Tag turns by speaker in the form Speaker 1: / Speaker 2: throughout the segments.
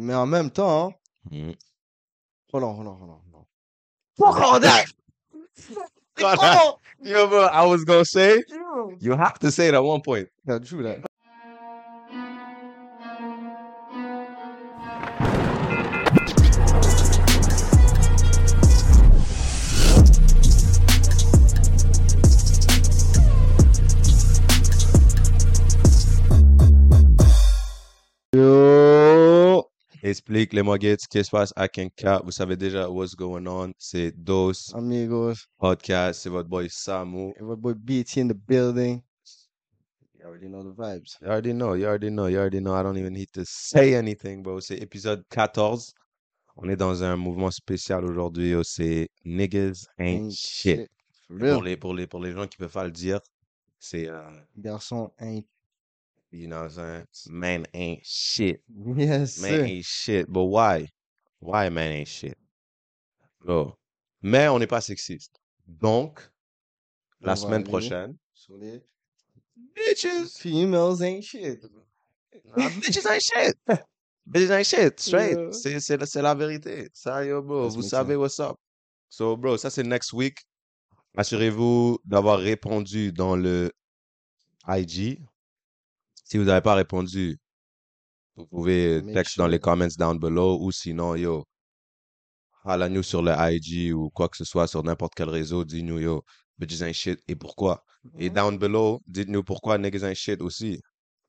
Speaker 1: mais en même temps, hein,
Speaker 2: Mm.
Speaker 1: Roland, Roland, Roland. Roland.
Speaker 2: Roland, You know what I was gonna say? You have to say it at one point.
Speaker 1: T'as joué là. Yo.
Speaker 2: Explique les Muggets, qu'est-ce qui se passe à Kenka. Vous savez déjà what's going on. C'est DOS
Speaker 1: Amigos,
Speaker 2: Podcast. C'est votre boy Samu.
Speaker 1: and what boy BT in the building. You already know the vibes.
Speaker 2: You already know, you already know, you already know. I don't even need to say anything, bro. C'est épisode 14. On est dans un mouvement spécial aujourd'hui. oh, C'est Niggas Ain't
Speaker 1: Ain't
Speaker 2: Shit.
Speaker 1: For
Speaker 2: Pour
Speaker 1: real.
Speaker 2: les, pour les, pour les gens qui peuvent pas le dire, c'est, euh,
Speaker 1: Garçon ain't.
Speaker 2: you know what I'm saying? Man ain't shit.
Speaker 1: Yes.
Speaker 2: Man
Speaker 1: sir.
Speaker 2: ain't shit. But why? Why man ain't shit? Bro. Mais on n'est pas sexiste. Donc,
Speaker 1: On
Speaker 2: la
Speaker 1: va
Speaker 2: semaine
Speaker 1: aller
Speaker 2: prochaine,
Speaker 1: Sur les
Speaker 2: bitches,
Speaker 1: females ain't shit.
Speaker 2: Nah, bitches ain't shit. Hein? Bitches ain't shit, straight.
Speaker 1: Yeah.
Speaker 2: C'est, c'est, la- c'est la vérité. Ça, yo, bro,
Speaker 1: That's
Speaker 2: vous
Speaker 1: makes
Speaker 2: savez what's up. So, bro, ça, c'est next week. Assurez-vous d'avoir répondu dans le IG. Si vous n'avez pas répondu, vous pouvez
Speaker 1: Make
Speaker 2: texte dans les
Speaker 1: sure.
Speaker 2: comments down below ou sinon, yo, à la nous sur le IG ou quoi que ce soit sur n'importe quel réseau, dis-nous, yo, bitches ain't shit et pourquoi. Et down below, dites-nous pourquoi niggas ain't shit aussi.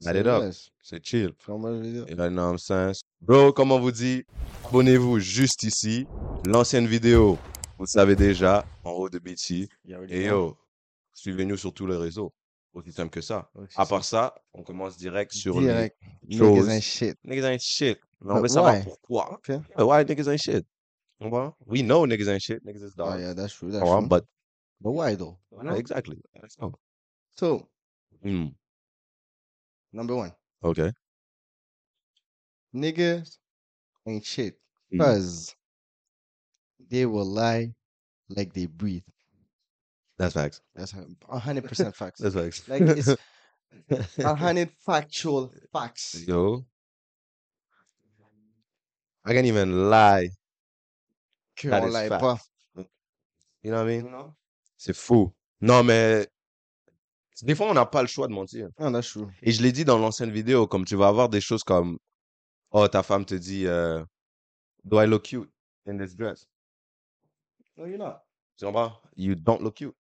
Speaker 2: Add it up.
Speaker 1: Yes.
Speaker 2: C'est chill.
Speaker 1: Comment je vais dire?
Speaker 2: You know what I'm saying? Bro, comme on vous dit, abonnez-vous juste ici. L'ancienne vidéo, vous le savez déjà, en haut de BT.
Speaker 1: You already
Speaker 2: Et
Speaker 1: know.
Speaker 2: yo, suivez-nous sur tous les réseaux. Aussi simple que ça.
Speaker 1: Ouais, c'est
Speaker 2: À
Speaker 1: ça.
Speaker 2: part ça, on commence direct sur
Speaker 1: Direct.
Speaker 2: les
Speaker 1: Niggas
Speaker 2: choses.
Speaker 1: ain't shit. Euh,
Speaker 2: Niggas ain't shit. Mais on
Speaker 1: But
Speaker 2: veut savoir
Speaker 1: why?
Speaker 2: pourquoi.
Speaker 1: Okay.
Speaker 2: Yeah, Why niggas ain't shit? On va- We know niggas ain't shit. Niggas is
Speaker 1: Oh
Speaker 2: dogs.
Speaker 1: yeah, that's true. That's
Speaker 2: On va-
Speaker 1: true.
Speaker 2: but,
Speaker 1: But why though? You know?
Speaker 2: exactly. That's all.
Speaker 1: So,
Speaker 2: Hmm.
Speaker 1: number one,
Speaker 2: Okay.
Speaker 1: niggas ain't shit.
Speaker 2: Mm.
Speaker 1: Cause they will lie like they breathe.
Speaker 2: That's facts.
Speaker 1: That's a a hundred percent facts.
Speaker 2: That's facts.
Speaker 1: Like it's a hundred factual facts.
Speaker 2: Yo. I can't even lie.
Speaker 1: Que
Speaker 2: that
Speaker 1: on
Speaker 2: is
Speaker 1: lie
Speaker 2: fact.
Speaker 1: pas.
Speaker 2: You know what I mean?
Speaker 1: You know?
Speaker 2: C'est fou. Non, mais des fois, on n'a pas le choix de mentir.
Speaker 1: Ah, that's true.
Speaker 2: Et je l'ai dit dans l'ancienne vidéo, comme tu vas avoir des choses comme Oh, ta femme te dit euh, Do I look cute in this dress?
Speaker 1: No, you're not.
Speaker 2: Tu comprends? You don't look cute.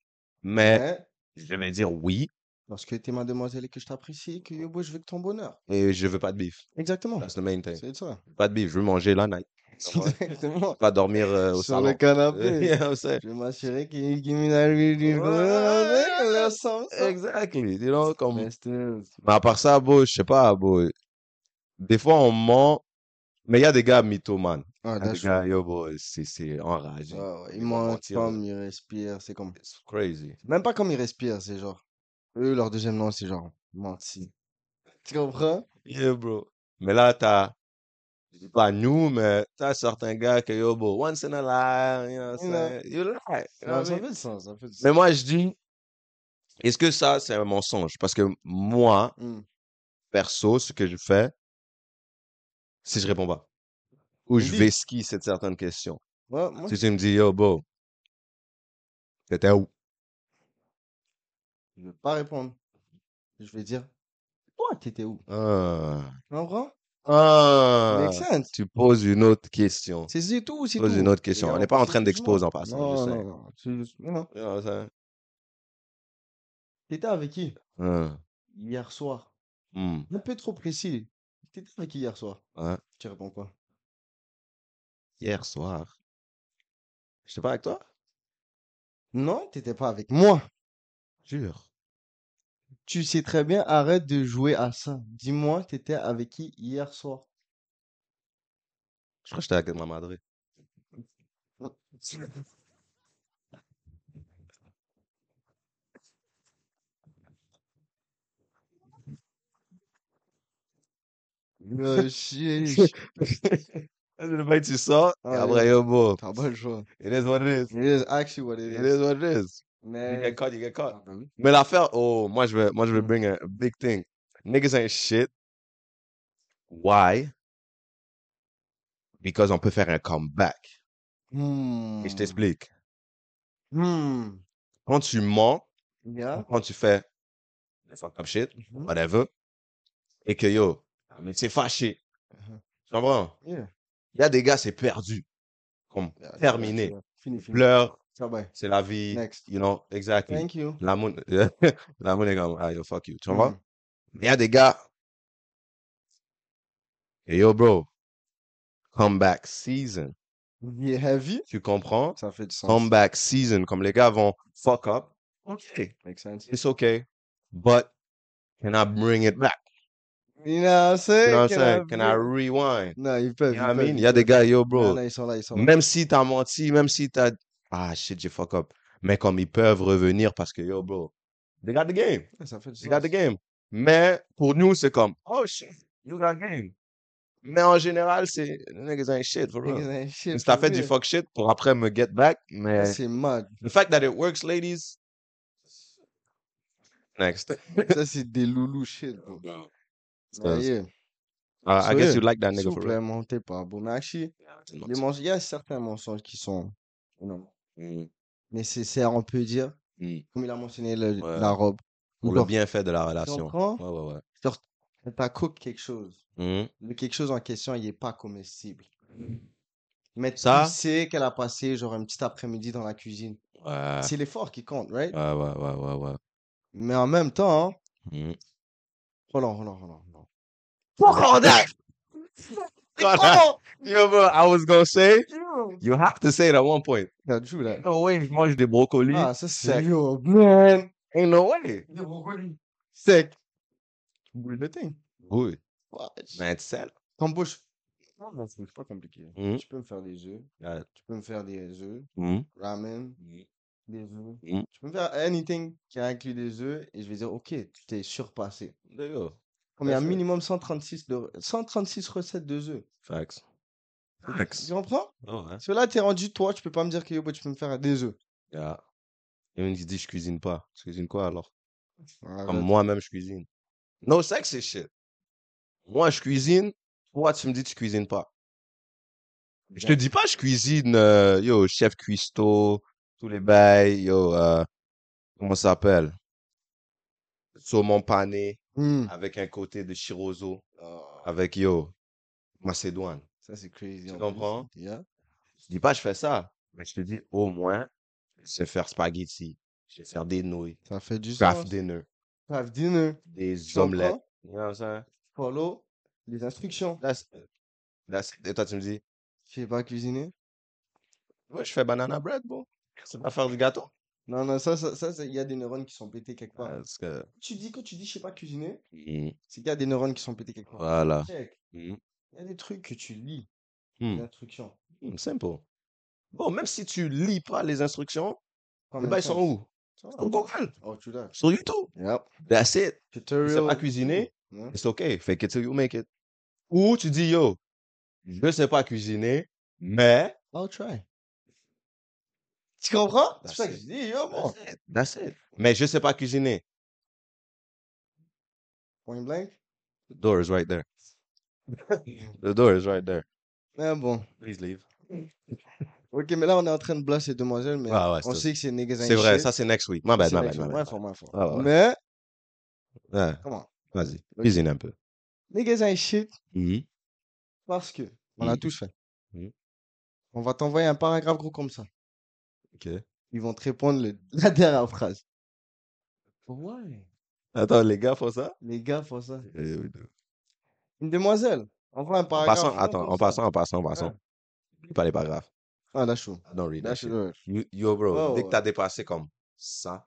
Speaker 2: Mais
Speaker 1: Hein?
Speaker 2: je vais dire oui
Speaker 1: Parce que t'es mademoiselle et que je t'apprécie, que yo, boy, je veux que ton bonheur.
Speaker 2: et je veux pas de beef.
Speaker 1: Exactement.
Speaker 2: That's the main thing.
Speaker 1: C'est ça.
Speaker 2: Pas de beef, je veux manger la night.
Speaker 1: Exactement.
Speaker 2: Pas dormir euh, au
Speaker 1: Sur
Speaker 2: salon.
Speaker 1: le canapé.
Speaker 2: You know what I'm saying?
Speaker 1: Je vais m'assurer qu'il qu'il m'y arrive du
Speaker 2: Ouais. Exactly. You know, comme Mais à part ça, bro, je sais pas, bro. Des fois, on ment, mais il y a des gars mythomanes.
Speaker 1: Ah,
Speaker 2: Il y a des
Speaker 1: that's
Speaker 2: gars, yo, bro, c'est- c'est enragé.
Speaker 1: Ah ouais,
Speaker 2: Ils
Speaker 1: Ils
Speaker 2: vont
Speaker 1: mentent
Speaker 2: mentir.
Speaker 1: comme ils respirent, c'est comme.
Speaker 2: It's crazy.
Speaker 1: Même pas comme ils respirent, c'est genre. Eux, leur deuxième nom, c'est genre menti. Tu comprends?
Speaker 2: Yeah, bro. Mais là, t'as, je dis pas nous, mais t'as certains gars que, yo, bro, once in a life, you know what I'm
Speaker 1: You know.
Speaker 2: saying? You lie. You know
Speaker 1: Non,
Speaker 2: what I
Speaker 1: ça
Speaker 2: mean?
Speaker 1: fait du sens, ça fait du
Speaker 2: Ah, Mais
Speaker 1: sens.
Speaker 2: moi, je dis, est-ce que ça, c'est un mensonge? Parce que moi,
Speaker 1: Hmm.
Speaker 2: perso, ce que je fais, si je réponds pas, ou je
Speaker 1: Indeed.
Speaker 2: vais skier cette certaine question.
Speaker 1: Ouais, moi,
Speaker 2: Si tu me dis, yo, bro, t'étais où?
Speaker 1: je vais pas répondre. Je vais dire, toi, t'étais où?
Speaker 2: Ah.
Speaker 1: Tu comprends?
Speaker 2: Ah.
Speaker 1: Make sense.
Speaker 2: Tu poses une autre question.
Speaker 1: C'est- C'est tout, c'est
Speaker 2: Tu
Speaker 1: tout.
Speaker 2: poses une autre question.
Speaker 1: Et
Speaker 2: On
Speaker 1: on
Speaker 2: n'est pas en
Speaker 1: passe au
Speaker 2: train
Speaker 1: bout du
Speaker 2: d'exposer
Speaker 1: monde.
Speaker 2: en passant,
Speaker 1: Ah, Non,
Speaker 2: je
Speaker 1: non,
Speaker 2: sais.
Speaker 1: non. c'est juste- non, non.
Speaker 2: You know what I'm
Speaker 1: T'étais avec qui?
Speaker 2: saying?
Speaker 1: Hier soir.
Speaker 2: Ah. Hmm.
Speaker 1: Un peu trop précis. T'étais avec qui hier soir?
Speaker 2: Ouais.
Speaker 1: Tu réponds quoi?
Speaker 2: Hier soir. J'étais pas avec toi?
Speaker 1: Non, t'étais pas avec moi.
Speaker 2: Jure.
Speaker 1: Tu sais très bien, arrête de jouer à ça. Dis-moi, t'étais avec qui hier soir?
Speaker 2: Je crois que j'étais avec ma madre.
Speaker 1: Euh, chier, chier.
Speaker 2: Ah, Le mec, tu sors, et
Speaker 1: Ah,
Speaker 2: après,
Speaker 1: yeah.
Speaker 2: yo, bro,
Speaker 1: T'as pas le choix.
Speaker 2: it is what it is. Eh.
Speaker 1: It is actually what it
Speaker 2: It
Speaker 1: is.
Speaker 2: is what it is. You
Speaker 1: Mais.
Speaker 2: get caught, you get caught.
Speaker 1: Ah, bah oui.
Speaker 2: Mais l'affaire, oh, moi je vais, moi je vais
Speaker 1: Mm.
Speaker 2: bring a, a big thing. Niggas ain't shit. Why? Because on peut faire un comeback.
Speaker 1: Hmm.
Speaker 2: Et je t'explique.
Speaker 1: Hmm.
Speaker 2: Quand tu mens,
Speaker 1: Yeah.
Speaker 2: quand tu fais fuck up shit,
Speaker 1: Mhm.
Speaker 2: whatever, et que yo,
Speaker 1: Ah,
Speaker 2: mais c'est fâché.
Speaker 1: Mhm.
Speaker 2: Tu comprends?
Speaker 1: Yeah.
Speaker 2: Il y a des gars, c'est perdu. Comme
Speaker 1: Yeah,
Speaker 2: terminé.
Speaker 1: yeah. Fini, fini.
Speaker 2: Pleure,
Speaker 1: Ciao, bye.
Speaker 2: c'est la vie.
Speaker 1: Hmm. Next.
Speaker 2: You know, exactly.
Speaker 1: Thank you.
Speaker 2: La moune, la moune est comme, ah, yo, fuck you. Tu comprends?
Speaker 1: Mhm.
Speaker 2: Mais il y a des gars. Et yo, bro. Comeback season.
Speaker 1: Mm. Yeah, heavy.
Speaker 2: Tu comprends?
Speaker 1: Ça fait du sens.
Speaker 2: Comeback season. Comme les gars vont fuck up. OK.
Speaker 1: Makes sense.
Speaker 2: It's okay. But can I bring it back?
Speaker 1: You know what I'm saying?
Speaker 2: You know what I'm saying? Can I
Speaker 1: bring-
Speaker 2: rewind?
Speaker 1: Non, ils peuvent.
Speaker 2: You know what I
Speaker 1: ils peuvent,
Speaker 2: mean? Il
Speaker 1: ils
Speaker 2: y a des
Speaker 1: peuvent.
Speaker 2: gars, yo,
Speaker 1: Non,
Speaker 2: bro.
Speaker 1: non, ils sont là, ils sont là.
Speaker 2: Même si t'as menti, même si t'as. Ah shit, j'ai fuck up. Mais comme ils peuvent revenir parce que yo, bro, they got the game.
Speaker 1: Ouais, Ça fait du
Speaker 2: They got
Speaker 1: sens.
Speaker 2: the game. Mais pour nous, c'est comme, oh shit, you got game. Mais en général, c'est niggas ain't shit, for real.
Speaker 1: Niggas ain't shit,
Speaker 2: T'as
Speaker 1: for
Speaker 2: fait du
Speaker 1: real.
Speaker 2: fuck shit pour après me get back. Mais
Speaker 1: C'est mad.
Speaker 2: the fact that it works, ladies. Next.
Speaker 1: Ça, c'est des loulous shit, bro.
Speaker 2: Ça,
Speaker 1: Yeah,
Speaker 2: c'est-
Speaker 1: yeah.
Speaker 2: Uh, I
Speaker 1: So,
Speaker 2: guess
Speaker 1: yeah.
Speaker 2: you like that
Speaker 1: S'il
Speaker 2: nigga
Speaker 1: vous
Speaker 2: for real.
Speaker 1: plaît, montez pas. Bonacci. Les mensonges, il y a certains mensonges qui sont non,
Speaker 2: Mm,
Speaker 1: nécessaires, on peut dire,
Speaker 2: mm.
Speaker 1: comme il a mentionné le-
Speaker 2: Ouais.
Speaker 1: la robe.
Speaker 2: Pour le
Speaker 1: Genre,
Speaker 2: bienfait de la
Speaker 1: tu
Speaker 2: relation.
Speaker 1: comprends?
Speaker 2: Ouais, ouais, ouais.
Speaker 1: Genre, t'as cook quelque chose.
Speaker 2: Mm.
Speaker 1: Le quelque chose en question, il est pas comestible. Mais
Speaker 2: Ça-
Speaker 1: tu sais qu'elle a passé genre un petit après-midi dans la cuisine.
Speaker 2: Ouais.
Speaker 1: C'est l'effort qui compte, right?
Speaker 2: Ouais, ouais, ouais, ouais, ouais.
Speaker 1: Mais en même temps, hein,
Speaker 2: Mm.
Speaker 1: Roland, Roland, Roland, Roland.
Speaker 2: Fuck all that! God, I, yo, bro, I was gonna say, you have to say it at one point.
Speaker 1: T'as joué là.
Speaker 2: No way, je mange des brocolis.
Speaker 1: Ah, ça c'est
Speaker 2: Sec.
Speaker 1: yo, man.
Speaker 2: Ain't no way.
Speaker 1: Sec. Boule de thé.
Speaker 2: Oui,
Speaker 1: Wesh.
Speaker 2: mais tu sais, là.
Speaker 1: T'embauches. Non, non, c'est pas compliqué.
Speaker 2: Mhm.
Speaker 1: Tu peux me faire des œufs.
Speaker 2: Yeah.
Speaker 1: Tu peux me faire des œufs.
Speaker 2: Mm.
Speaker 1: Ramen, des œufs.
Speaker 2: Mhm.
Speaker 1: Tu peux me faire anything qui inclut des œufs et je vais dire, ok, tu t'es surpassé.
Speaker 2: There you go.
Speaker 1: Comme il y a
Speaker 2: That's it.
Speaker 1: minimum 136, de... 136 recettes de œufs.
Speaker 2: Facts.
Speaker 1: Tu comprends?
Speaker 2: Oh, hein.
Speaker 1: Parce que là, t'es rendu toi, tu peux pas me dire que yo, bah, tu peux me faire des œufs.
Speaker 2: Yeah. Il y en a qui disent, je cuisine pas. Tu cuisines quoi alors? Comme
Speaker 1: Arrête.
Speaker 2: moi-même, je cuisine. No sexy shit. Moi, je cuisine. Toi, tu me dis, tu cuisines pas. Je te dis pas, je cuisine, euh, yo, chef cuistot, tous les bails, yo, euh, comment ça s'appelle? Saumon pané,
Speaker 1: Hmm.
Speaker 2: avec un côté de chirozo, avec, yo, macédoine.
Speaker 1: Ça, c'est crazy.
Speaker 2: Tu
Speaker 1: en plus.
Speaker 2: comprends?
Speaker 1: Yeah.
Speaker 2: Je dis pas, je fais ça. Mais je te dis, au moins, je sais faire spaghetti, je sais faire des nouilles,
Speaker 1: Ça fait du
Speaker 2: craft
Speaker 1: sens.
Speaker 2: dinner,
Speaker 1: Craft dinner.
Speaker 2: des
Speaker 1: euh, Tu
Speaker 2: omelettes.
Speaker 1: comprends?
Speaker 2: You know what I'm saying?
Speaker 1: Follow les instructions.
Speaker 2: That's, that's, et toi, tu me dis,
Speaker 1: Je sais pas cuisiner.
Speaker 2: ouais, je fais banana bread, bon. C'est pas faire du gâteau.
Speaker 1: Non, non, ça, ça, ça, c'est- il y a des neurones qui sont pétés quelque part.
Speaker 2: Parce que...
Speaker 1: Tu dis, quand tu dis je sais pas cuisiner,
Speaker 2: Mm.
Speaker 1: c'est qu'il y a des neurones qui sont pétés quelque part.
Speaker 2: Voilà.
Speaker 1: Check.
Speaker 2: Mm.
Speaker 1: Il y a des trucs que tu lis,
Speaker 2: Mm.
Speaker 1: des instructions.
Speaker 2: Hmm, simple. Bon, même si tu lis pas les instructions,
Speaker 1: Prends
Speaker 2: les
Speaker 1: même
Speaker 2: bails
Speaker 1: temps.
Speaker 2: Eh ben, sont où?
Speaker 1: Ça
Speaker 2: Au
Speaker 1: va.
Speaker 2: Google,
Speaker 1: Oh, tu l'as.
Speaker 2: sur YouTube.
Speaker 1: Yep.
Speaker 2: That's it. Tu sais
Speaker 1: Tutorial.
Speaker 2: pas cuisiner,
Speaker 1: Ouais.
Speaker 2: it's okay. Fake it till you make it. Ou tu dis, yo, je sais pas cuisiner, mais
Speaker 1: I'll try. Tu comprends? C'est
Speaker 2: That's
Speaker 1: ça que
Speaker 2: it.
Speaker 1: je dis, yo, bon.
Speaker 2: that's it. That's it. Mais je sais pas cuisiner.
Speaker 1: Point blank.
Speaker 2: The door is right there. The door is right there. Ah,
Speaker 1: Mais bon.
Speaker 2: Please leave.
Speaker 1: Ok, mais là, on est en train de blâmer ces demoiselles, mais
Speaker 2: Ah ouais,
Speaker 1: on
Speaker 2: c'est-
Speaker 1: sait que c'est niggas ain't
Speaker 2: C'est vrai,
Speaker 1: shit.
Speaker 2: ça c'est next week. My bad,
Speaker 1: C'est
Speaker 2: my
Speaker 1: next
Speaker 2: bad,
Speaker 1: one.
Speaker 2: my bad.
Speaker 1: Moins fort, moins fort.
Speaker 2: Ah bah, ouais.
Speaker 1: Mais,
Speaker 2: Ouais,
Speaker 1: comment?
Speaker 2: vas-y,
Speaker 1: Ok.
Speaker 2: cuisine un peu.
Speaker 1: Niggas ain't shit
Speaker 2: Mhm.
Speaker 1: parce que, on l'a
Speaker 2: Mhm.
Speaker 1: tous fait.
Speaker 2: Mhm.
Speaker 1: On va t'envoyer un paragraphe gros comme ça.
Speaker 2: Ok.
Speaker 1: Ils vont te répondre le- la dernière phrase.
Speaker 2: Attends, les gars font ça?
Speaker 1: Les gars font ça.
Speaker 2: Eh oui, de-
Speaker 1: Une demoiselle, envoie un
Speaker 2: En
Speaker 1: paragraphe.
Speaker 2: passant,
Speaker 1: long
Speaker 2: attends,
Speaker 1: comme
Speaker 2: en
Speaker 1: ça. Hein.
Speaker 2: passant, en passant, en passant.
Speaker 1: Ouais.
Speaker 2: N'oublie pas les paragraphes.
Speaker 1: Ah, là, chaud.
Speaker 2: I don't read
Speaker 1: Là,
Speaker 2: that
Speaker 1: chaud.
Speaker 2: shit.
Speaker 1: ouais.
Speaker 2: You- Yo, bro,
Speaker 1: Ouais,
Speaker 2: dès
Speaker 1: Oh, ouais.
Speaker 2: que t'as dépassé comme ça,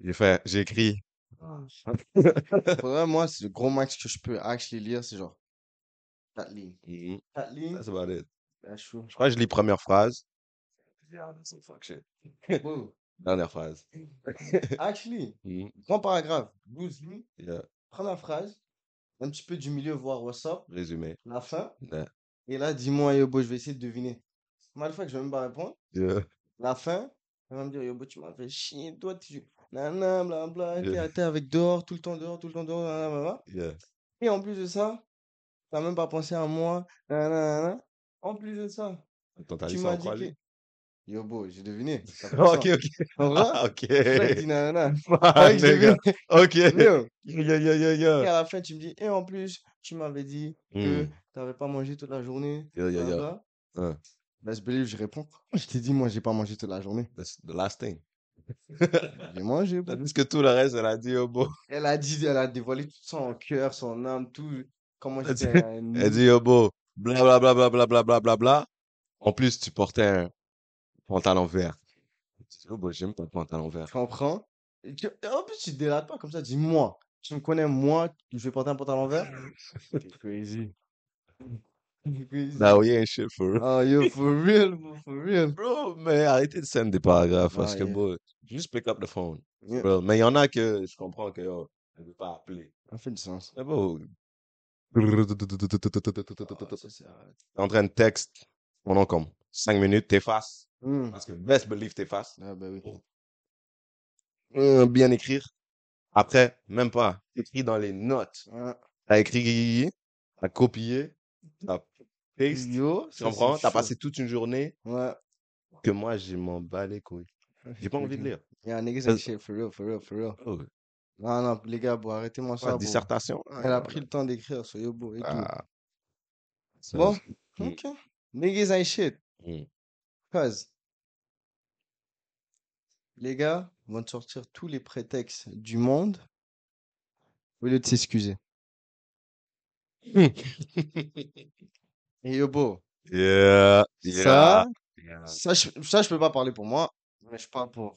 Speaker 2: j'ai fait, j'ai écrit. Oh,
Speaker 1: Faudrait, moi, c'est le gros max que je peux actually lire, c'est genre 4 lignes.
Speaker 2: Mhm.
Speaker 1: 4 lignes,
Speaker 2: That's about it.
Speaker 1: là, chaud.
Speaker 2: Je crois que je lis première phrase.
Speaker 1: Wow.
Speaker 2: Dernière phrase.
Speaker 1: Actually,
Speaker 2: Mhm.
Speaker 1: grand paragraphe, 12 lignes,
Speaker 2: Yeah.
Speaker 1: première phrase, un petit peu du milieu, voir WhatsApp,
Speaker 2: Résumé.
Speaker 1: la fin.
Speaker 2: Yeah.
Speaker 1: Et là, dis-moi, Yobo, je vais essayer de deviner. Mal fois que je vais même pas répondre.
Speaker 2: Yeah.
Speaker 1: La fin, elle va me dire, Yobo, tu m'as fait chier, toi, tu. Nanana, blabla,
Speaker 2: Yeah.
Speaker 1: t'es à terre avec dehors, tout le temps dehors, tout le temps dehors, nanana, blabla.
Speaker 2: Yeah.
Speaker 1: Et en plus de ça, t'as même pas pensé à moi. nanana. En plus de ça,
Speaker 2: Attends, t'as
Speaker 1: tu
Speaker 2: dit ça
Speaker 1: m'as
Speaker 2: en
Speaker 1: dit
Speaker 2: quoi,
Speaker 1: que...
Speaker 2: lui?
Speaker 1: Yo, beau, j'ai deviné. t'as pas
Speaker 2: Ok,
Speaker 1: ça.
Speaker 2: ok.
Speaker 1: En vrai,
Speaker 2: Ah, ok.
Speaker 1: j'ai dit nanana.
Speaker 2: Ah,
Speaker 1: Ouais, j'ai
Speaker 2: nigga.
Speaker 1: deviné.
Speaker 2: Ok.
Speaker 1: Yo.
Speaker 2: Yo, yo, yo, yo,
Speaker 1: Et
Speaker 2: yo.
Speaker 1: à la fin, tu me dis, et en plus, tu m'avais dit que
Speaker 2: Hmm.
Speaker 1: t'avais pas mangé toute la journée.
Speaker 2: Yo, yo, yo.
Speaker 1: blablabla.
Speaker 2: Hein.
Speaker 1: Best believe, Ah bah. je réponds. Je t'ai dit, moi, j'ai pas mangé toute la journée.
Speaker 2: That's the last thing.
Speaker 1: J'ai mangé, bro.
Speaker 2: Tandis que tout le reste, elle a dit, yo, beau.
Speaker 1: Bah, Elle a dit, elle a dévoilé tout son cœur, son âme, tout. Comment
Speaker 2: Elle
Speaker 1: j'étais
Speaker 2: dit,
Speaker 1: un
Speaker 2: elle
Speaker 1: nul.
Speaker 2: dit, yo, beau. Bla, bla, bla, bla, bla, bla, bla, bla, bla. En plus, tu portais un pantalon vert. Je dis, Yo, beau, j'aime pas le pantalon
Speaker 1: Tu
Speaker 2: vert.
Speaker 1: comprends? Et tu- et en plus, tu te délates pas comme ça. Dis-moi, tu me connais, moi, je vais porter un pantalon vert? T'es crazy. Bah T'es crazy.
Speaker 2: Now we ain't shit for real.
Speaker 1: Oh, yo, for real, bro, for real.
Speaker 2: Bro, mais arrêtez de scène des paragraphes parce
Speaker 1: Ah,
Speaker 2: que,
Speaker 1: yeah.
Speaker 2: bro, juste pick up the phone.
Speaker 1: Yeah.
Speaker 2: Bro, mais il y en a que je comprends que, yo, elle veut pas appeler.
Speaker 1: Ça fait du sens.
Speaker 2: Mais bro,
Speaker 1: Ah, ça,
Speaker 2: t'es
Speaker 1: c'est-
Speaker 2: en train de texte pendant comme 5 minutes, t'effaces.
Speaker 1: Hmm.
Speaker 2: Parce que best believe t'effaces.
Speaker 1: Ah, bah oui.
Speaker 2: Euh, bien écrire. Après, même pas. T'écris dans les notes.
Speaker 1: Ah,
Speaker 2: T'as écrit, t'as copié, t'as paste.
Speaker 1: Yo, ça,
Speaker 2: Tu
Speaker 1: c'est
Speaker 2: comprends? T'as
Speaker 1: chaud.
Speaker 2: passé toute une journée
Speaker 1: Ouais.
Speaker 2: que moi, je m'en bats les couilles. J'ai pas envie de lire.
Speaker 1: Yeah, niggas ain't
Speaker 2: Parce-
Speaker 1: shit, for real, for real, for real.
Speaker 2: Oh,
Speaker 1: Non, non, les gars, bon, arrêtez-moi
Speaker 2: quoi,
Speaker 1: ça, Ah bon.
Speaker 2: dissertation? Ah,
Speaker 1: Elle a
Speaker 2: non,
Speaker 1: pris le temps d'écrire, soyez beau et tout.
Speaker 2: Ah, ça,
Speaker 1: Bon,
Speaker 2: Mm,
Speaker 1: ok. Niggas ain't shit.
Speaker 2: mm.
Speaker 1: Cause, les gars vont te sortir tous les prétextes du monde au lieu de s'excuser. Et yo, beau,
Speaker 2: Yeah, yeah,
Speaker 1: ça,
Speaker 2: yeah.
Speaker 1: ça je, ça, je peux pas parler pour moi, mais je parle pour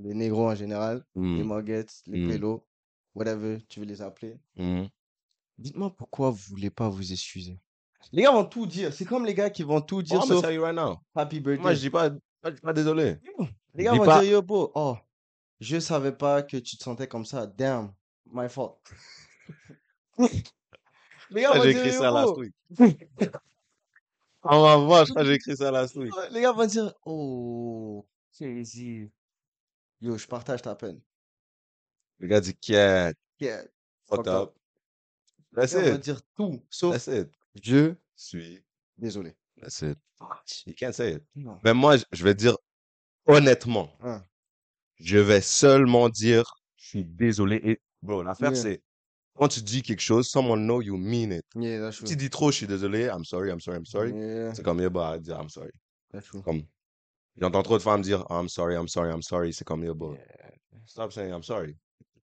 Speaker 1: les négros en général, les
Speaker 2: Mm,
Speaker 1: muggets, les
Speaker 2: mm,
Speaker 1: pélos, whatever, tu veux les appeler.
Speaker 2: mm.
Speaker 1: Dites-moi pourquoi vous voulez pas vous excuser. Les gars vont tout dire. C'est comme les gars qui vont tout dire
Speaker 2: Oh, mais
Speaker 1: sauf
Speaker 2: tell you right now.
Speaker 1: happy
Speaker 2: Moi, je
Speaker 1: birthday.
Speaker 2: dis pas, moi, je dis pas désolé.
Speaker 1: Les gars
Speaker 2: Dis
Speaker 1: vont
Speaker 2: pas,
Speaker 1: dire, yo, bro, oh, je savais pas que tu te sentais comme ça. Damn, my fault. Les gars
Speaker 2: Ah,
Speaker 1: vont
Speaker 2: j'ai
Speaker 1: dire,
Speaker 2: écrit
Speaker 1: yo,
Speaker 2: ça last
Speaker 1: bro.
Speaker 2: week. On va voir, je crois que j'ai écrit ça last week.
Speaker 1: Les gars vont dire, oh, crazy. Yo, je partage ta peine.
Speaker 2: Le gars dit, yeah,
Speaker 1: Yeah,
Speaker 2: fucked
Speaker 1: fucked up.
Speaker 2: up. That's
Speaker 1: Les gars vont
Speaker 2: it.
Speaker 1: dire tout, sauf
Speaker 2: That's it.
Speaker 1: je,
Speaker 2: Suis.
Speaker 1: désolé.
Speaker 2: That's it.
Speaker 1: Ah, shit.
Speaker 2: You can't say it.
Speaker 1: Non.
Speaker 2: Mais moi, je je vais dire honnêtement.
Speaker 1: Hein,
Speaker 2: Je vais seulement dire, je suis désolé. Et, bro, l'affaire,
Speaker 1: yeah,
Speaker 2: c'est quand tu dis quelque chose, someone know you mean it.
Speaker 1: yeah, that's
Speaker 2: Si tu
Speaker 1: true.
Speaker 2: dis trop, je suis désolé, I'm sorry, I'm sorry, I'm sorry,
Speaker 1: Yeah,
Speaker 2: c'est comme, yeah, bah, dire I'm sorry.
Speaker 1: that's true.
Speaker 2: Comme, j'entends trop de femmes dire, oh, I'm sorry, I'm sorry, I'm sorry, c'est comme, yeah, bah,
Speaker 1: Yeah.
Speaker 2: stop saying I'm sorry.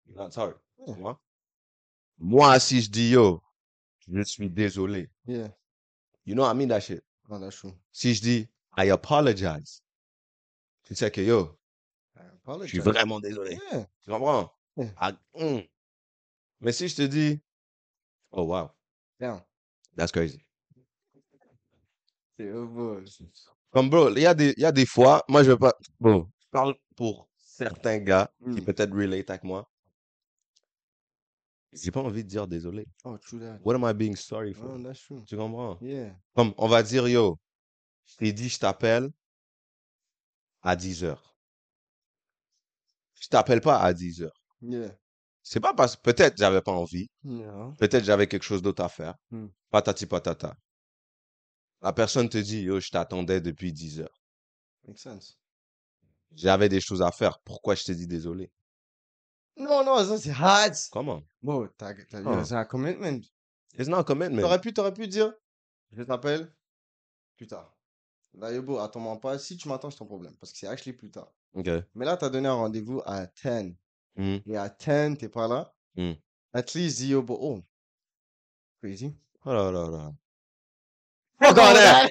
Speaker 2: You're not sorry.
Speaker 1: Yeah.
Speaker 2: Tu vois? Moi, si je dis, yo, je suis désolé.
Speaker 1: Yeah,
Speaker 2: You know, I mean that shit.
Speaker 1: non, that's true.
Speaker 2: Si je dis, I apologize, tu sais que, yo,
Speaker 1: I
Speaker 2: je suis
Speaker 1: apologize.
Speaker 2: vraiment désolé.
Speaker 1: Yeah,
Speaker 2: Tu comprends?
Speaker 1: yeah,
Speaker 2: Ah, hum. Mais si je te dis, oh, wow,
Speaker 1: damn.
Speaker 2: that's crazy.
Speaker 1: C'est oh, horrible.
Speaker 2: Comme bro, il y a des, il y a des fois, moi je vais pas, bro, je parle pour certains gars qui
Speaker 1: Hmm.
Speaker 2: peut-être relate avec moi. J'ai pas envie de dire désolé.
Speaker 1: Oh, true that.
Speaker 2: What am I being sorry
Speaker 1: Oh,
Speaker 2: for?
Speaker 1: that's true.
Speaker 2: Tu comprends?
Speaker 1: Yeah.
Speaker 2: Comme on va dire, yo, je t'ai dit, je t'appelle à 10 heures. Je t'appelle pas à 10 heures.
Speaker 1: Yeah.
Speaker 2: C'est pas parce que peut-être j'avais pas envie,
Speaker 1: No.
Speaker 2: peut-être j'avais quelque chose d'autre à faire.
Speaker 1: Hmm.
Speaker 2: Patati patata. La personne te dit, yo, je t'attendais depuis 10 heures.
Speaker 1: Makes sense.
Speaker 2: J'avais des choses à faire. Pourquoi je t'ai dit désolé?
Speaker 1: Non, non, ça c'est hard.
Speaker 2: Comment?
Speaker 1: Bon, t'as, t'as, yo,
Speaker 2: Huh.
Speaker 1: c'est un commitment.
Speaker 2: It's not a commitment.
Speaker 1: T'aurais pu, t'aurais pu dire, je t'appelle plus tard. Là, yo, bro, attends-moi pas. Si tu m'attends, c'est ton problème. Parce que c'est actually plus tard.
Speaker 2: Ok.
Speaker 1: Mais là, t'as donné un rendez-vous à 10.
Speaker 2: Hmm,
Speaker 1: Et à 10, t'es pas là.
Speaker 2: hmm.
Speaker 1: At least, dis, yo, bro, oh, crazy.
Speaker 2: Oh là là là.
Speaker 1: Fuck all that!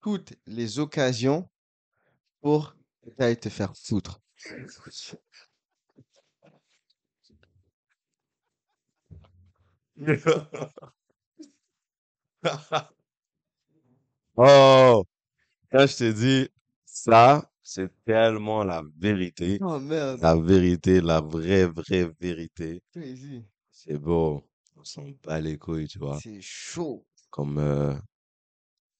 Speaker 1: toutes les occasions pour que t'ailles te faire foutre.
Speaker 2: oh, quand je te dis ça, c'est tellement la vérité.
Speaker 1: Oh merde,
Speaker 2: La vérité, la vraie, vraie vérité.
Speaker 1: crazy.
Speaker 2: C'est beau. On s'en bat les couilles, tu vois.
Speaker 1: C'est chaud.
Speaker 2: Comme, euh,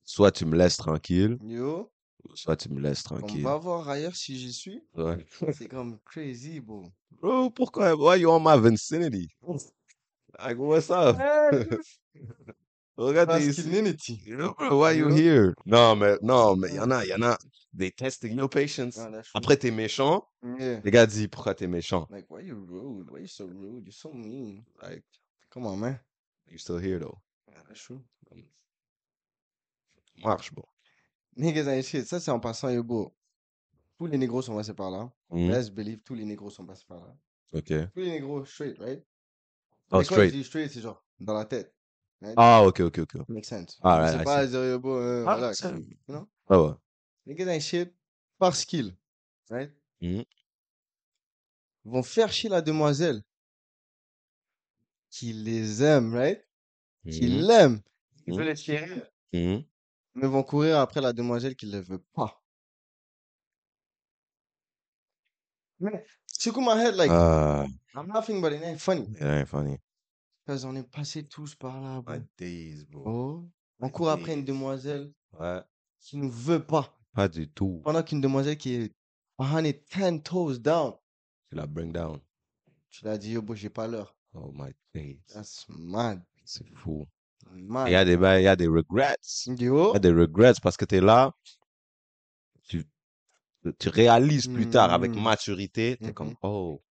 Speaker 2: soit tu me laisses tranquille,
Speaker 1: Yo,
Speaker 2: ou soit tu me laisses
Speaker 1: on
Speaker 2: tranquille.
Speaker 1: va voir ailleurs si j'y suis.
Speaker 2: Ouais.
Speaker 1: C'est comme crazy, bro.
Speaker 2: Bro, Oh, pourquoi? Why you on my vicinity? Like, what's up? Regarde, t'es ici.
Speaker 1: Masculinity.
Speaker 2: You know, bro, why
Speaker 1: You
Speaker 2: you
Speaker 1: know?
Speaker 2: here? Non, mais, non, mais y'en a, y'en a. They testing your patience.
Speaker 1: Ah, la chouille.
Speaker 2: Après, t'es méchant.
Speaker 1: Yeah.
Speaker 2: Les gars disent, pourquoi t'es méchant?
Speaker 1: Like, why you rude? Why you so rude? You're so mean. Like, come on, man.
Speaker 2: You still here, though.
Speaker 1: Ah, la chouille.
Speaker 2: Marche, bro.
Speaker 1: Niggas ain't shit. Ça, c'est en passant, yo, bro. Tous les négros sont passés par là.
Speaker 2: Mhm.
Speaker 1: Let's believe, tous les négros sont passés par là.
Speaker 2: OK.
Speaker 1: Tous les négros, straight, right?
Speaker 2: Oh,
Speaker 1: Mais quand je
Speaker 2: straight.
Speaker 1: dis straight, c'est genre dans la tête. Right?
Speaker 2: Ah, OK, OK, OK.
Speaker 1: Makes sense.
Speaker 2: All
Speaker 1: c'est
Speaker 2: right, I
Speaker 1: pas
Speaker 2: see.
Speaker 1: dire, yo, bro, euh,
Speaker 2: Ah,
Speaker 1: relax.
Speaker 2: ça-
Speaker 1: know?
Speaker 2: Ah, ouais.
Speaker 1: Niggas ain't shit par skill, right?
Speaker 2: Mhm.
Speaker 1: Vont faire chier la demoiselle qui les aime, right? Qui
Speaker 2: Mhm.
Speaker 1: l'aime. Qui
Speaker 2: Mhm.
Speaker 1: veut les chérir.
Speaker 2: Mhm.
Speaker 1: Mais vont courir après la demoiselle qui ne les veut pas. Man, Tickle my head, like,
Speaker 2: Ah,
Speaker 1: I'm laughing, but it ain't funny.
Speaker 2: it ain't funny.
Speaker 1: Parce qu'on est passé tous par là, bro.
Speaker 2: My days, bro.
Speaker 1: Oh. On court après une demoiselle
Speaker 2: Ouais.
Speaker 1: qui nous veut pas.
Speaker 2: Pas du tout.
Speaker 1: Pendant qu'une demoiselle qui est behind it, 10 toes down.
Speaker 2: Tu la bring down.
Speaker 1: Tu l'as dit, yo, bro, j'ai pas l'heure.
Speaker 2: Oh, my days.
Speaker 1: That's mad.
Speaker 2: C'est fou. Il y
Speaker 1: Mad.
Speaker 2: a des, bails, il y a des regrets. Il
Speaker 1: Yo.
Speaker 2: y a des regrets parce que t'es là, tu, tu réalises plus tard avec
Speaker 1: Mhm.
Speaker 2: maturité, t'es
Speaker 1: Mhm.
Speaker 2: comme, oh,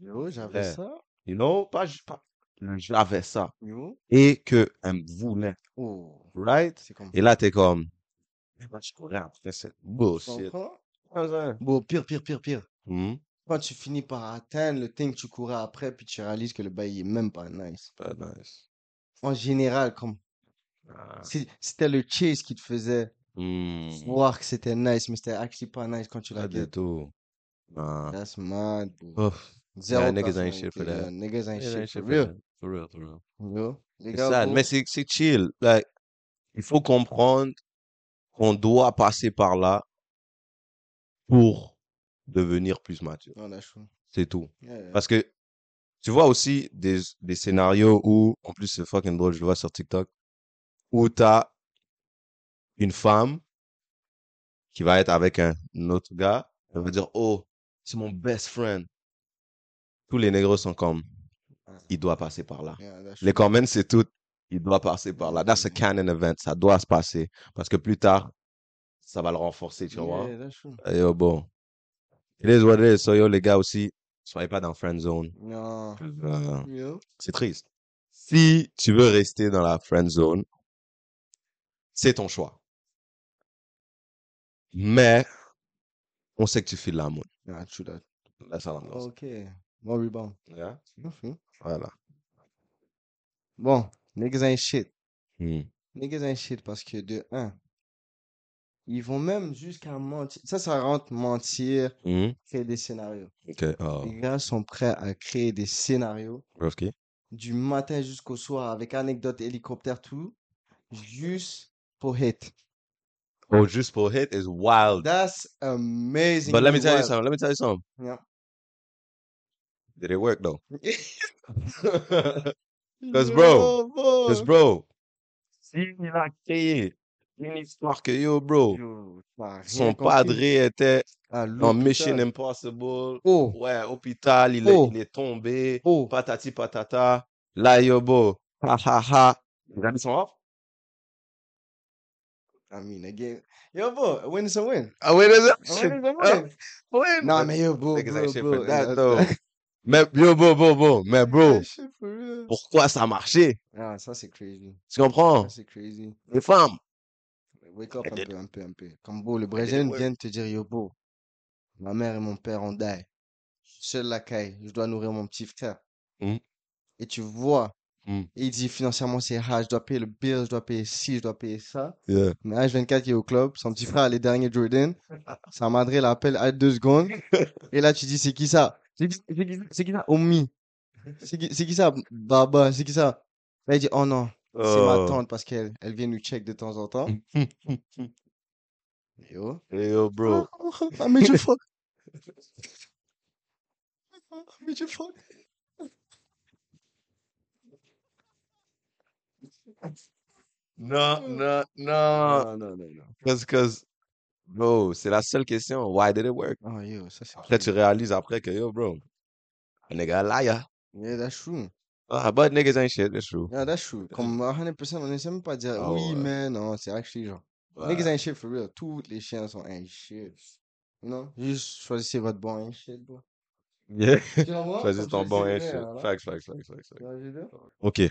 Speaker 1: Yo, j'avais
Speaker 2: Ouais.
Speaker 1: ça.
Speaker 2: you know, pas, ju- pas, j'avais ça.
Speaker 1: Yo.
Speaker 2: Et que elle me voulait,
Speaker 1: Oh.
Speaker 2: right?
Speaker 1: C'est comme
Speaker 2: Et oh, là, t'es comme, Eh ben, je courais après cette
Speaker 1: Tu
Speaker 2: bullshit.
Speaker 1: comprends?
Speaker 2: Ah, ça.
Speaker 1: Bon, pire, pire, pire, pire.
Speaker 2: Hmm?
Speaker 1: Quand tu finis par atteindre le thing que tu courais après, puis tu réalises que le bail est même pas nice.
Speaker 2: Pas nice.
Speaker 1: En général, comme
Speaker 2: Ah.
Speaker 1: si- c'était le chase qui te faisait
Speaker 2: Hmm.
Speaker 1: voir que c'était nice, mais c'était actually pas nice quand tu la
Speaker 2: Pas du
Speaker 1: guettes.
Speaker 2: tout. Ah. Oh,
Speaker 1: That's mad, bro.
Speaker 2: Ouf.
Speaker 1: Zéro
Speaker 2: niggas ain't shit
Speaker 1: personnalité,
Speaker 2: for that.
Speaker 1: yeah. Niggas ain't
Speaker 2: Niggas ain't
Speaker 1: shit for
Speaker 2: shit for
Speaker 1: real.
Speaker 2: that. For real, for real.
Speaker 1: Yo, les
Speaker 2: C'est
Speaker 1: gars,
Speaker 2: sad,
Speaker 1: bro,
Speaker 2: mais c'est c'est chill. Like, il faut comprendre qu'on doit passer par là pour devenir plus mature.
Speaker 1: on a chaud.
Speaker 2: C'est tout.
Speaker 1: Yeah, yeah.
Speaker 2: Parce que tu vois aussi des, des scénarios où, en plus, c'est fucking drôle, je le vois sur TikTok, où t'as une femme qui va être avec un autre gars, elle va dire, oh, c'est mon best friend. Tous les négros sont comme,
Speaker 1: Ah,
Speaker 2: il doit passer par là.
Speaker 1: yeah, on a chaud.
Speaker 2: Les comments, c'est tout. Il doit passer par là. That's a canon event. Ça doit se passer. Parce que plus tard, ça va le renforcer, tu vois.
Speaker 1: Yeah, on a chaud.
Speaker 2: Eh, Yo, bon. It is what it is. So, yo, les gars aussi, soyez pas dans friend zone.
Speaker 1: Non.
Speaker 2: Euh,
Speaker 1: Yo.
Speaker 2: c'est triste. Si tu veux rester dans la friend zone, c'est ton choix. Mais, on sait que tu files l'amour.
Speaker 1: Nah, true that.
Speaker 2: That's all I'm gonna say.
Speaker 1: Ok. Bon rebound.
Speaker 2: Yeah?
Speaker 1: Mhm.
Speaker 2: Voilà.
Speaker 1: Bon, niggas ain't shit.
Speaker 2: Hmm.
Speaker 1: Niggas ain't shit parce que de un, ils vont même jusqu'à mentir. Ça, ça rentre mentir,
Speaker 2: Hmm?
Speaker 1: créer des scénarios.
Speaker 2: Ok. Oh.
Speaker 1: Les gars sont prêts à créer des scénarios
Speaker 2: Broski?
Speaker 1: du matin jusqu'au soir avec anecdotes, hélicoptères, tout, juste pour hate.
Speaker 2: Oh, juste pour hit is wild.
Speaker 1: That's amazing.
Speaker 2: But let me tell you something. Let me tell you something.
Speaker 1: Yeah.
Speaker 2: Did it work though? Because bro,
Speaker 1: Yo, bro.
Speaker 2: because bro, s'il a créé une histoire que yo, bro,
Speaker 1: Yo, t'as rien
Speaker 2: son
Speaker 1: compris.
Speaker 2: padre était
Speaker 1: Ah,
Speaker 2: dans
Speaker 1: l'hôpital.
Speaker 2: Mission Impossible,
Speaker 1: Oh,
Speaker 2: ouais, hôpital, il, est-
Speaker 1: Oh.
Speaker 2: il est tombé,
Speaker 1: oh.
Speaker 2: patati patata, là yo, bro, ha ha ha. Les amis sont off?
Speaker 1: I mean, again. Yo, bro, a win is a win.
Speaker 2: Ah ouais,
Speaker 1: A
Speaker 2: les
Speaker 1: win is a
Speaker 2: Ah,
Speaker 1: win.
Speaker 2: ouais,
Speaker 1: Non, mais yo, bro,
Speaker 2: Niggas ain't
Speaker 1: bro,
Speaker 2: shit for
Speaker 1: bro.
Speaker 2: that,
Speaker 1: that-
Speaker 2: though. Mais yo, bro, bro, bro, mais bro,
Speaker 1: that shit for real.
Speaker 2: pourquoi ça a marché?
Speaker 1: Ah, ça, c'est crazy.
Speaker 2: Tu comprends?
Speaker 1: Ça, c'est crazy.
Speaker 2: Les femmes.
Speaker 1: Wake up
Speaker 2: Elle
Speaker 1: un
Speaker 2: did
Speaker 1: peu, un peu, un peu. Comme beau, le
Speaker 2: did
Speaker 1: Brésilien
Speaker 2: work.
Speaker 1: vient de te dire, yo, bro, ma mère et mon père ont die. Seul la caille, je dois nourrir mon petit frère.
Speaker 2: Hmm.
Speaker 1: Et tu vois,
Speaker 2: Hmm.
Speaker 1: il dit financièrement, c'est hard, je dois payer le bill, je dois payer ci, je dois payer ça.
Speaker 2: Yeah.
Speaker 1: Mais H24 qui est au club, son petit frère, les derniers Jordan, sa madre l'appelle à deux secondes. Et là, tu dis, c'est qui ça? C'est qui c'est qui ça? C'est qui ça? Omi. C'est qui, c'est qui ça? Baba. C'est qui ça? Là, il dit, oh non, c'est ma
Speaker 2: Euh,
Speaker 1: tante parce qu'elle elle vient nous check de temps en temps. Yo. Ah,
Speaker 2: hey, yo, bro.
Speaker 1: I made you fuck. I made you fuck.
Speaker 2: Non, non, non.
Speaker 1: Ah, Non, non, non, non.
Speaker 2: Cause, cause, bro, c'est la seule question. Why did it work?
Speaker 1: Oh, yo, ça c'est
Speaker 2: Après, tu réalises après que, yo, bro, a nigga a liar.
Speaker 1: Yeah, that's true.
Speaker 2: Ah, but niggas ain't shit, it's true.
Speaker 1: Yeah, that's true. Comme à 100%, on essaie même pas de dire
Speaker 2: Ah
Speaker 1: oui,
Speaker 2: ouais.
Speaker 1: mais non, c'est actually genre. Niggas ain't shit for real. Toutes les chiens sont ain't shit. Non, juste choisissez votre bon ain't shit, bro.
Speaker 2: Yeah.
Speaker 1: Tu vois,
Speaker 2: Choisis
Speaker 1: comme
Speaker 2: ton
Speaker 1: Oh, je disais,
Speaker 2: bon ain't shit.
Speaker 1: voilà.
Speaker 2: Facts, facts, facts, facts,
Speaker 1: Tu
Speaker 2: facts.
Speaker 1: vois ce que je veux dire?
Speaker 2: OK. Hmm.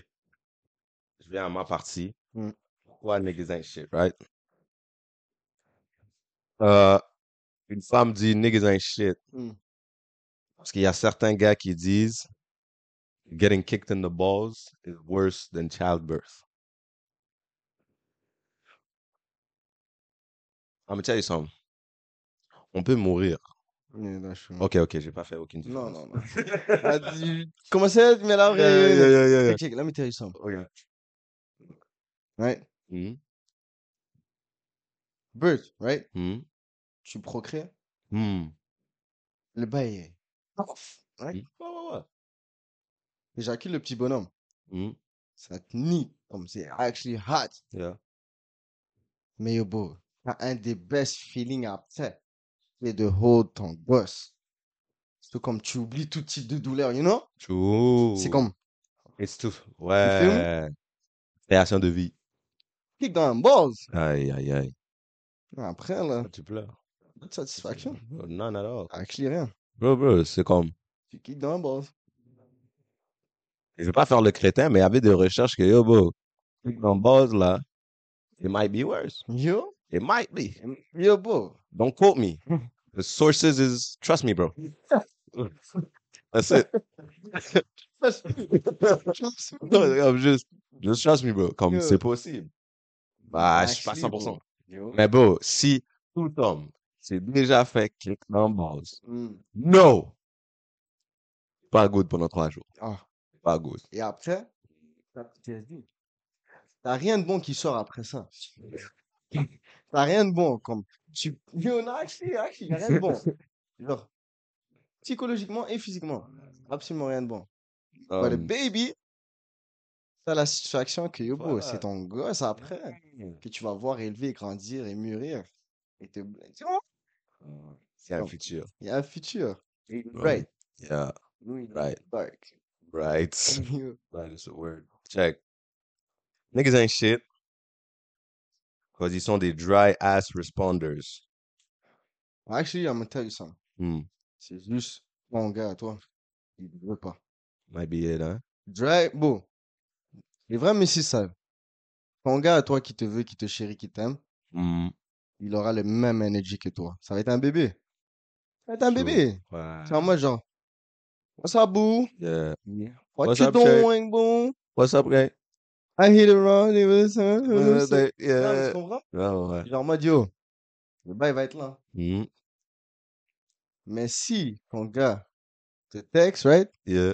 Speaker 2: Je viens à ma partie.
Speaker 1: Mm.
Speaker 2: Pourquoi niggas ain't shit, right? Euh, une femme dit niggas ain't shit.
Speaker 1: Mm.
Speaker 2: Parce qu'il y a certains gars qui disent getting kicked in the balls is worse than childbirth. I'm gonna tell you something. On peut mourir.
Speaker 1: Yeah, that's true.
Speaker 2: Ok, ok, j'ai pas fait aucune
Speaker 1: Non,
Speaker 2: différence.
Speaker 1: non, non. Ah, tu commençais à te mélanger.
Speaker 2: Yeah, yeah, yeah, yeah, yeah.
Speaker 1: Check, check, let me tell you something.
Speaker 2: Ok.
Speaker 1: Right?
Speaker 2: Mhm,
Speaker 1: Birth, right?
Speaker 2: mhm,
Speaker 1: Tu procrées,
Speaker 2: mhm.
Speaker 1: le bail est off. Right?
Speaker 2: Mhm. Ouais, ouais, ouais.
Speaker 1: J'accuse le petit bonhomme.
Speaker 2: Mhm,
Speaker 1: Ça te nique, comme c'est actually hot.
Speaker 2: yeah.
Speaker 1: Mais yo, beau, t'as un des best feelings après, c'est de hold ton boss. C'est comme tu oublies tout type de douleur, you know? C'est
Speaker 2: True.
Speaker 1: comme
Speaker 2: It's too. Ouais. Création de vie.
Speaker 1: kick dans un balls.
Speaker 2: Aïe, aïe, aïe.
Speaker 1: Après, là,
Speaker 2: Ah, Tu pleures.
Speaker 1: pas de satisfaction.
Speaker 2: Bro, None at all.
Speaker 1: Actually, rien.
Speaker 2: Bro, bro, c'est comme.
Speaker 1: Tu kicks dans un balls.
Speaker 2: Je vais pas faire le crétin, mais il y avait des recherches que, yo, bro, dans base, là, it might be worse.
Speaker 1: Yo,
Speaker 2: It might be.
Speaker 1: yo, beau.
Speaker 2: Don't quote me. The sources is, trust me, bro. That's it. Non, comme juste, just trust me, bro. Comme
Speaker 1: Yo.
Speaker 2: c'est possible. Bah, je suis pas
Speaker 1: Actually, beau.
Speaker 2: 100%.
Speaker 1: Yo.
Speaker 2: Mais bro, si tout homme s'est déjà fait kick dans base,
Speaker 1: Hmm.
Speaker 2: no! Pas good pendant trois jours.
Speaker 1: Ah.
Speaker 2: Pas good.
Speaker 1: Et après, t'as PTSD. T'as rien de bon qui sort après ça. T'as rien de bon, comme. Tu... Yo, non, actually, actually, y a rien de bon. Genre, psychologiquement et physiquement, absolument rien de bon. But the
Speaker 2: Um,
Speaker 1: baby, t'as la satisfaction que, yo, bro,
Speaker 2: voilà.
Speaker 1: c'est ton gosse après, que tu vas voir élever, grandir et mûrir. Et te...
Speaker 2: C'est un
Speaker 1: Comme-
Speaker 2: futur.
Speaker 1: Il y a un futur.
Speaker 2: Ouais.
Speaker 1: Right.
Speaker 2: Yeah, right,
Speaker 1: Dark.
Speaker 2: right.
Speaker 1: Yo.
Speaker 2: That is a word. Check. Niggas ain't shit. Cause ils sont des dry ass responders.
Speaker 1: Actually, I'm gonna tell you something.
Speaker 2: Hmm.
Speaker 1: C'est juste mon gars à toi. Il veut pas.
Speaker 2: Might be it, hein?
Speaker 1: Dry, bon. Les vrais messieurs savent. Ton gars à toi qui te veut, qui te chérit, qui t'aime,
Speaker 2: Hmm.
Speaker 1: il aura le même energy que toi. Ça va être un bébé. Ça va être un
Speaker 2: True.
Speaker 1: bébé.
Speaker 2: Ouais.
Speaker 1: C'est en mode genre, what's up, boo?
Speaker 2: Yeah.
Speaker 1: What
Speaker 2: What's
Speaker 1: you
Speaker 2: up, Jay?
Speaker 1: doing, boo?
Speaker 2: What's up, guy?
Speaker 1: I hit it wrong. it was- uh,
Speaker 2: Uh,
Speaker 1: uh, uh, Non,
Speaker 2: they-
Speaker 1: mais tu
Speaker 2: yeah. uh,
Speaker 1: comprends?
Speaker 2: Ouais, ouais.
Speaker 1: Genre en mode, yo, le bail va être là.
Speaker 2: Hmm.
Speaker 1: Mais si ton gars te texte, right?
Speaker 2: Yeah.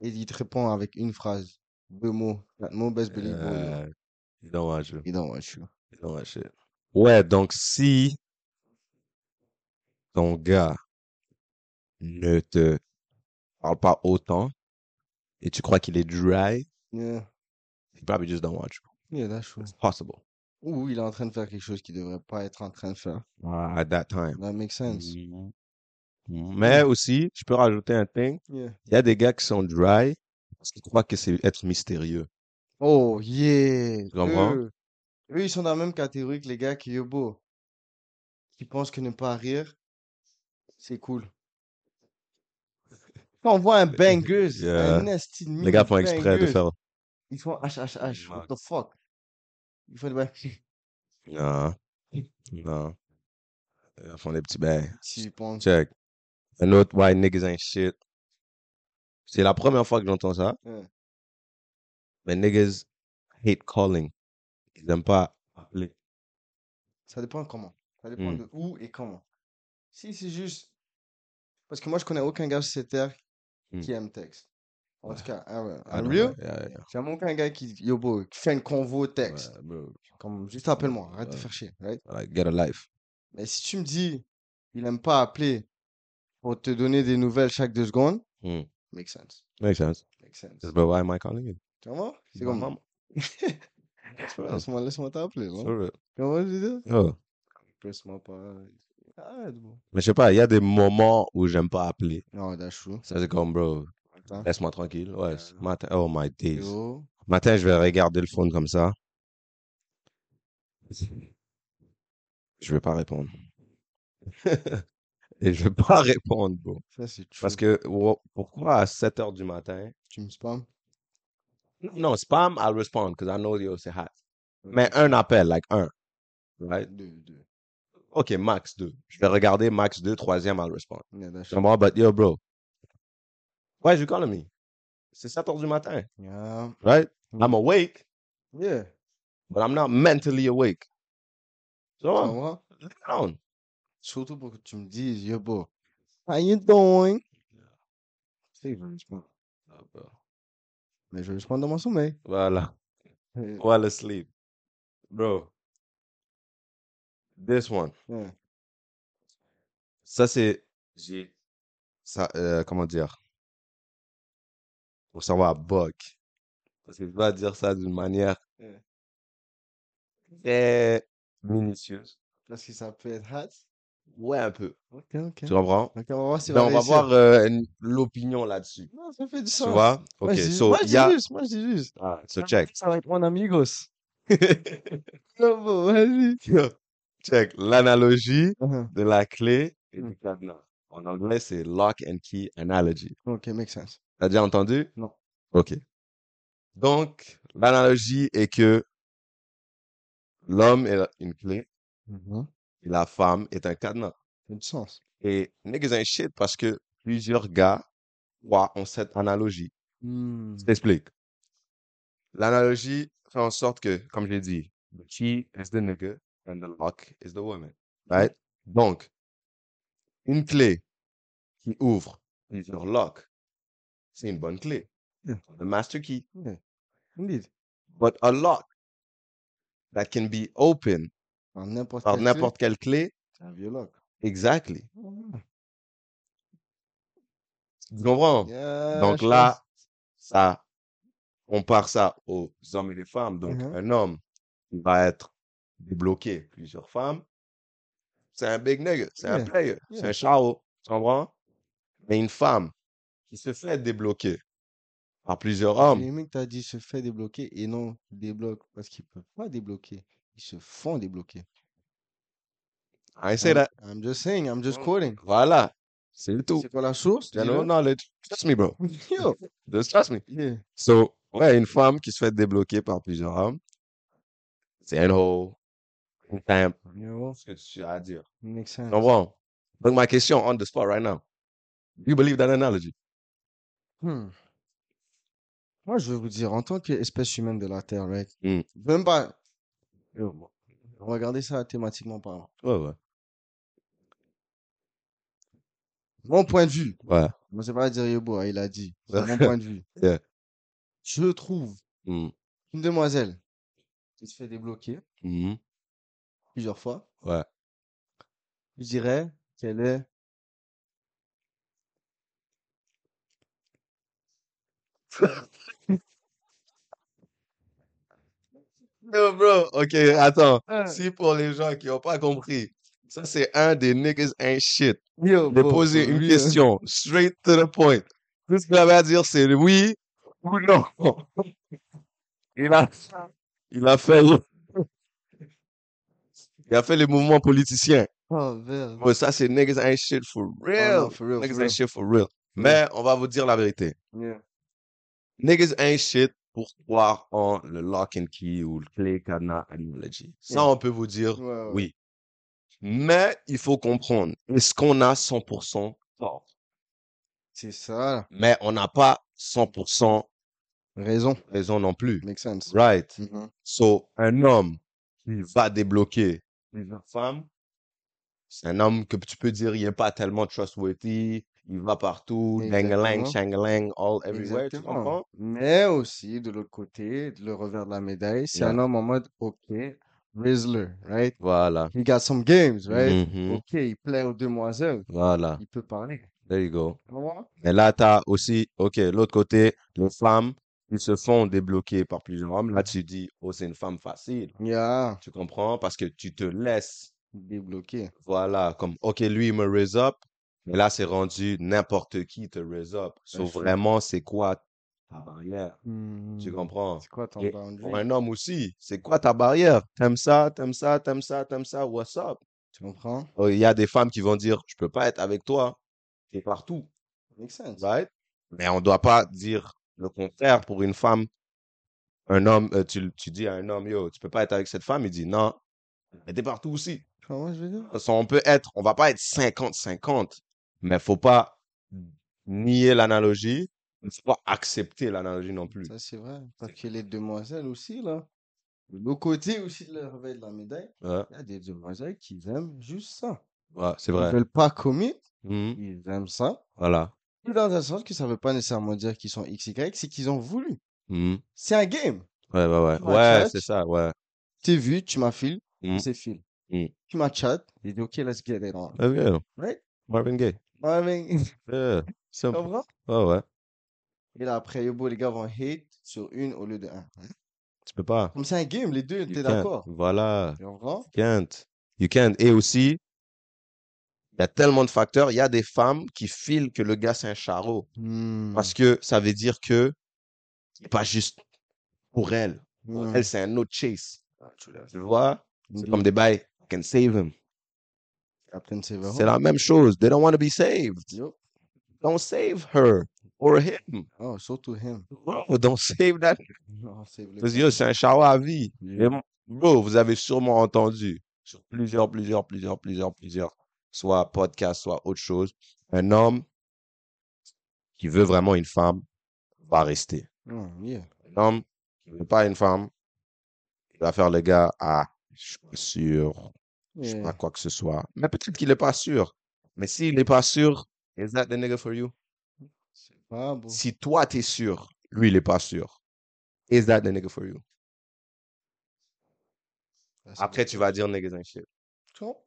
Speaker 1: Et il te répond avec une phrase, deux mots, quatre mots, best believe, bro, yo,
Speaker 2: Yeah. You don't want you.
Speaker 1: he don't want you.
Speaker 2: You don't want shit. Ouais, donc si ton gars ne te parle pas autant et tu crois qu'il est dry,
Speaker 1: Yeah,
Speaker 2: he probably just don't want you.
Speaker 1: yeah, that's true.
Speaker 2: It's possible.
Speaker 1: Ou il est en train de faire quelque chose qu'il devrait pas être en train de faire.
Speaker 2: Ah, at that time.
Speaker 1: That makes sense.
Speaker 2: Mhm. Mhm. Mais aussi, je peux rajouter un thing.
Speaker 1: Yeah.
Speaker 2: Il y a des gars qui sont dry parce qu'ils croient que c'est être mystérieux.
Speaker 1: Oh, yeah.
Speaker 2: comprends?
Speaker 1: Eux, eux, ils sont dans la même catégorie que les gars qui, yo, beau, qui pensent que ne pas rire, c'est cool. Quand on voit un bangers,
Speaker 2: Yeah.
Speaker 1: un nasty
Speaker 2: Les gars font exprès de faire.
Speaker 1: Ils font HHH, what
Speaker 2: Max.
Speaker 1: the fuck? Ils font des
Speaker 2: Non. Non. Les gars font des petits ben, bains.
Speaker 1: si j'y pense.
Speaker 2: Check. Un autre white niggas ain't shit. C'est la première fois que j'entends ça.
Speaker 1: Ouais.
Speaker 2: Mais niggas hate calling. Ils n'aiment pas appeler.
Speaker 1: Ça dépend comment. Ça dépend
Speaker 2: Hmm.
Speaker 1: de où et comment. Si c'est juste. Parce que moi, je connais aucun gars sur cette terre
Speaker 2: Hmm.
Speaker 1: qui aime texte. En tout cas, ah ouais.
Speaker 2: I
Speaker 1: I'm
Speaker 2: don't
Speaker 1: real?
Speaker 2: like- yeah, yeah.
Speaker 1: J'aime aucun gars qui, yo, bro, qui fait une convo texte.
Speaker 2: Ouais, bro.
Speaker 1: Comme, juste appelle-moi, arrête de
Speaker 2: Ouais.
Speaker 1: faire chier, right?
Speaker 2: Like, get a life.
Speaker 1: Mais si tu me dis, il aime pas appeler pour te donner des nouvelles chaque deux secondes,
Speaker 2: Hmm.
Speaker 1: make sense.
Speaker 2: Makes sense.
Speaker 1: Make sense.
Speaker 2: Yes, But why am I calling you?
Speaker 1: Tu vois? C'est
Speaker 2: Ma
Speaker 1: comme,
Speaker 2: maman.
Speaker 1: laisse-moi, laisse-moi t'appeler, là.
Speaker 2: For real.
Speaker 1: Comment je dis ça?
Speaker 2: Oh.
Speaker 1: Presse-moi pas. Arrête, bon.
Speaker 2: Mais je sais pas, il y a des moments où j'aime pas appeler.
Speaker 1: Non, Dachou.
Speaker 2: Ça, c'est comme, bro,
Speaker 1: Attends.
Speaker 2: laisse-moi tranquille. Ouais,
Speaker 1: Euh,
Speaker 2: ce matin. Oh my days.
Speaker 1: Ah. Yo.
Speaker 2: Matin, je vais regarder le phone comme ça. Je vais pas répondre. Et je vais pas répondre, bro.
Speaker 1: Ça, c'est true.
Speaker 2: Parce que, wo- pourquoi à 7 heures du matin?
Speaker 1: Tu me spams.
Speaker 2: Non, spam, I'll respond, because I know yo, c'est hot. Mais un appel, like un. Right?
Speaker 1: Deux, deux.
Speaker 2: OK, max 2. Je vais regarder max 2, troisième, I'll respond.
Speaker 1: Yeah,
Speaker 2: Tu
Speaker 1: Dachou.
Speaker 2: comprends? But yo, bro. Why you calling me? C'est 7 heures du matin,
Speaker 1: Yeah.
Speaker 2: right?
Speaker 1: Mm.
Speaker 2: I'm awake,
Speaker 1: Yeah.
Speaker 2: but I'm not mentally awake. So,
Speaker 1: Ça va?
Speaker 2: lay down.
Speaker 1: Surtout pour que tu me dises, yo, bro, how you doing? C'est que je réponds. Mais je réponds dans mon sommeil.
Speaker 2: Voilà.
Speaker 1: Euh,
Speaker 2: While asleep. Bro. This one.
Speaker 1: ouais.
Speaker 2: Ça, c'est. J'ai. Ça, euh, comment dire? Mon cerveau à bug. Parce que je dois dire ça d'une manière
Speaker 1: Ouais.
Speaker 2: très minutieuse.
Speaker 1: Parce que ça peut être hot.
Speaker 2: Ouais, un peu.
Speaker 1: Ok, ok.
Speaker 2: Tu comprends?
Speaker 1: Ok, on va voir si
Speaker 2: Ben, on va
Speaker 1: réussir.
Speaker 2: voir euh, une- l'opinion là-dessus.
Speaker 1: Non, ça fait du
Speaker 2: Tu
Speaker 1: sens.
Speaker 2: vois?
Speaker 1: Moi,
Speaker 2: Ok,
Speaker 1: je dis-
Speaker 2: so,
Speaker 1: moi, je
Speaker 2: il
Speaker 1: dis
Speaker 2: y a.
Speaker 1: juste, moi, je dis juste.
Speaker 2: Ah, so
Speaker 1: Ça
Speaker 2: check.
Speaker 1: fait Ça va être mon amigos. Yo, bro, vas-y.
Speaker 2: Yo, Check. L'analogie
Speaker 1: Uh-huh.
Speaker 2: de la clé et
Speaker 1: Mm.
Speaker 2: du cadenas. En anglais, c'est lock and key analogy.
Speaker 1: Ok, make sense.
Speaker 2: T'as déjà entendu?
Speaker 1: Non.
Speaker 2: OK. Donc, l'analogie est que l'homme est une clé
Speaker 1: Mhm.
Speaker 2: et la femme est un cadenas.
Speaker 1: Ça fait du sens.
Speaker 2: Et niggas ain't shit parce que plusieurs gars, croient ont cette analogie.
Speaker 1: Hmm.
Speaker 2: Je t'explique. L'analogie fait en sorte que, comme je l'ai dit, the key is the nigga and the lock is the woman. Right? Donc, une clé qui ouvre plusieurs locks, c'est une bonne clé.
Speaker 1: Yeah.
Speaker 2: The master key.
Speaker 1: Indeed.
Speaker 2: But a lock that can be opened
Speaker 1: En n'importe
Speaker 2: par
Speaker 1: quel
Speaker 2: n'importe quelle clé,
Speaker 1: C'est un vieux lock.
Speaker 2: exactly.
Speaker 1: Ah.
Speaker 2: Tu comprends?
Speaker 1: Yeah,
Speaker 2: Donc
Speaker 1: Euh, je
Speaker 2: là, ça, on part ça aux hommes et les femmes. Donc,
Speaker 1: Mhm.
Speaker 2: un homme qui va être débloqué plusieurs femmes, c'est un big nigga, c'est un
Speaker 1: Yeah,
Speaker 2: player, c'est
Speaker 1: yeah.
Speaker 2: un chao. Tu comprends? Mais une femme qui se fait débloquer par plusieurs
Speaker 1: pense-
Speaker 2: hommes,
Speaker 1: J'ai aimé que tu as dit se fait débloquer et non débloque parce qu'ils peuvent pas débloquer. Ils se font débloquer.
Speaker 2: I ain't say
Speaker 1: I'm,
Speaker 2: that.
Speaker 1: I'm just saying, I'm just
Speaker 2: Mm.
Speaker 1: quoting.
Speaker 2: Voilà, c'est tout.
Speaker 1: C'est quoi la source?
Speaker 2: General
Speaker 1: dis-le.
Speaker 2: knowledge. Trust me, bro.
Speaker 1: Yo.
Speaker 2: Just trust me.
Speaker 1: Yeah.
Speaker 2: So, ouais, une femme qui se fait débloquer par plusieurs hommes, c'est un hoe, une simple,
Speaker 1: Yo.
Speaker 2: ce que tu as à dire.
Speaker 1: Makes sense.
Speaker 2: Tu comprends? Donc, ma question, on the spot right now. You believe that analogy?
Speaker 1: Hmm. Moi, je vais vous dire, en tant qu'espèce humaine de la Terre, mec,
Speaker 2: Mm.
Speaker 1: même pas. Yo, bon. Regardez ça thématiquement parlant.
Speaker 2: Ouais, ouais.
Speaker 1: Mon point de vue.
Speaker 2: Ouais.
Speaker 1: Moi, c'est pas dire Yobo, hein, il a dit. C'est mon point de vue.
Speaker 2: Yeah.
Speaker 1: Je trouve
Speaker 2: Mm.
Speaker 1: une demoiselle qui se fait débloquer
Speaker 2: Mhm.
Speaker 1: plusieurs fois.
Speaker 2: Ouais.
Speaker 1: Je dirais qu'elle est.
Speaker 2: Yo, bro. OK, attends.
Speaker 1: Ah.
Speaker 2: Si pour les gens qui n'ont pas compris, ça, c'est un des niggas ain't shit.
Speaker 1: Yo,
Speaker 2: De
Speaker 1: bro,
Speaker 2: poser une
Speaker 1: lui, hein.
Speaker 2: question straight to the point. Tout ce qu'il avait à dire, c'est oui oh. ou non. Il a, il a fait, il a fait les mouvements politiciens.
Speaker 1: Oh, merde.
Speaker 2: Bro, ça, c'est niggas ain't shit for
Speaker 1: Oh, non,
Speaker 2: real.
Speaker 1: for real,
Speaker 2: Niggas
Speaker 1: for
Speaker 2: ain't
Speaker 1: real.
Speaker 2: shit for real. Mais on va vous dire la vérité.
Speaker 1: Yeah.
Speaker 2: Niggas ain't shit pour croire en le lock and key ou le clé cadenas analogy. Ça,
Speaker 1: Ouais.
Speaker 2: on peut vous dire
Speaker 1: Ouais, ouais.
Speaker 2: oui. Mais il faut comprendre, est-ce qu'on a 100% tort?
Speaker 1: C'est ça.
Speaker 2: Mais on n'a pas 100%
Speaker 1: Raison.
Speaker 2: raison non plus.
Speaker 1: Makes sense.
Speaker 2: Right.
Speaker 1: Mhm.
Speaker 2: So, un homme qui va débloquer une femme, c'est un homme que tu peux dire, il n'est pas tellement trustworthy, il va partout, dangalang,
Speaker 1: Exactement.
Speaker 2: shangalang, all everywhere, tu
Speaker 1: Exactement.
Speaker 2: comprends?
Speaker 1: Mais aussi, de l'autre côté, de le revers de la médaille, c'est
Speaker 2: Yeah.
Speaker 1: un homme en mode, OK, Rizzler, right?
Speaker 2: Voilà,
Speaker 1: He got some games, right?
Speaker 2: Mhm.
Speaker 1: OK, il plaît aux demoiselles,
Speaker 2: voilà,
Speaker 1: il peut parler.
Speaker 2: there you go.
Speaker 1: Tu vois?
Speaker 2: Mais là, t'as aussi, ok, l'autre côté, les femmes, ils se font débloquer par plusieurs hommes. Là, tu dis, oh, c'est une femme facile.
Speaker 1: Yeah,
Speaker 2: Tu comprends? Parce que tu te laisses,
Speaker 1: débloqué.
Speaker 2: voilà, comme, ok, lui, il me raise up. Mais là, c'est rendu n'importe qui te raise up. So,
Speaker 1: Bien sûr.
Speaker 2: vraiment, c'est quoi ta barrière? Tu
Speaker 1: Hmm.
Speaker 2: comprends?
Speaker 1: C'est quoi ton
Speaker 2: Et Pour
Speaker 1: boundary?
Speaker 2: un homme aussi, c'est quoi ta barrière? T'aimes ça, t'aimes ça, t'aimes ça, t'aimes ça, what's up?
Speaker 1: Tu comprends?
Speaker 2: Oh, Il y a des femmes qui vont dire, je peux pas être avec toi. T'es partout.
Speaker 1: Makes sense.
Speaker 2: right? Mais on doit pas dire le contraire pour une femme. Un homme, euh, tu, tu dis à un homme, yo, tu peux pas être avec cette femme. Il dit, non, elle était partout aussi.
Speaker 1: Tu vois, je veux dire?
Speaker 2: Parce qu'on peut être, on va pas être 50-50, mais faut pas nier l'analogie, mais faut pas accepter l'analogie non plus.
Speaker 1: Ça, c'est vrai. Parce que les demoiselles aussi, là, de l'autre côté aussi de la revers de la médaille,
Speaker 2: Ouais,
Speaker 1: il y a des demoiselles qui aiment juste ça.
Speaker 2: ouais, c'est
Speaker 1: Ils
Speaker 2: vrai.
Speaker 1: veulent pas commit,
Speaker 2: Mhm,
Speaker 1: ils aiment ça.
Speaker 2: voilà.
Speaker 1: Et dans un sens que ça veut pas nécessairement dire qu'ils sont XY, c'est qu'ils ont voulu.
Speaker 2: Mhm,
Speaker 1: C'est un game.
Speaker 2: Ouais, ouais, ouais.
Speaker 1: Tu vas
Speaker 2: Ouais,
Speaker 1: chat.
Speaker 2: c'est ça, ouais.
Speaker 1: T'es vu, tu m'as filé,
Speaker 2: Mm.
Speaker 1: c'est fil.
Speaker 2: Mm.
Speaker 1: Tu m'as chat, il dit ok, let's get it on.
Speaker 2: Ok,
Speaker 1: Right?
Speaker 2: Marvin Gaye.
Speaker 1: I mean, tu
Speaker 2: Yeah, simple.
Speaker 1: comprends?
Speaker 2: Ouais, ouais.
Speaker 1: Et là, après, yo, bro, les gars vont hate sur une au lieu de un.
Speaker 2: Tu peux pas.
Speaker 1: Comme c'est un game, les deux,
Speaker 2: You
Speaker 1: t'es
Speaker 2: can't.
Speaker 1: d'accord?
Speaker 2: Voilà.
Speaker 1: Tu comprends?
Speaker 2: can't. You can't. Et aussi, il y a tellement de facteurs. Il y a des femmes qui filent que le gars, c'est un charreau.
Speaker 1: Hmm.
Speaker 2: Parce que ça veut dire que c'est pas juste pour elle. Pour
Speaker 1: Hmm.
Speaker 2: elle, c'est un autre chase.
Speaker 1: Ah, tu l'as. Mm.
Speaker 2: Tu vois? C'est comme des bails. I can save him.
Speaker 1: Captain Severo.
Speaker 2: C'est la même chose. They don't want to be saved.
Speaker 1: Yo.
Speaker 2: Don't save her or him.
Speaker 1: Oh, so to him.
Speaker 2: Bro, don't save that.
Speaker 1: Oh, save le
Speaker 2: Parce que yo, c'est un charreau à vie.
Speaker 1: Yeah.
Speaker 2: Et Bro, vous avez sûrement entendu sur plusieurs, plusieurs, plusieurs, plusieurs, plusieurs, soit podcast, soit autre chose, un homme qui veut vraiment une femme va rester.
Speaker 1: Hmm, yeah.
Speaker 2: Un homme qui veut pas une femme, il va faire le gars à je suis pas sûr, je sais
Speaker 1: Yeah.
Speaker 2: pas quoi que ce soit. Mais peut-être qu'il est pas sûr. Mais s'il n'est pas sûr, is that the nigga for you?
Speaker 1: C'est pas beau.
Speaker 2: Si toi t'es sûr, lui il est pas sûr, is that the nigga for you?
Speaker 1: Ça, c'est
Speaker 2: Après
Speaker 1: beau.
Speaker 2: tu vas dire niggas ain't shit.
Speaker 1: Tu comprends?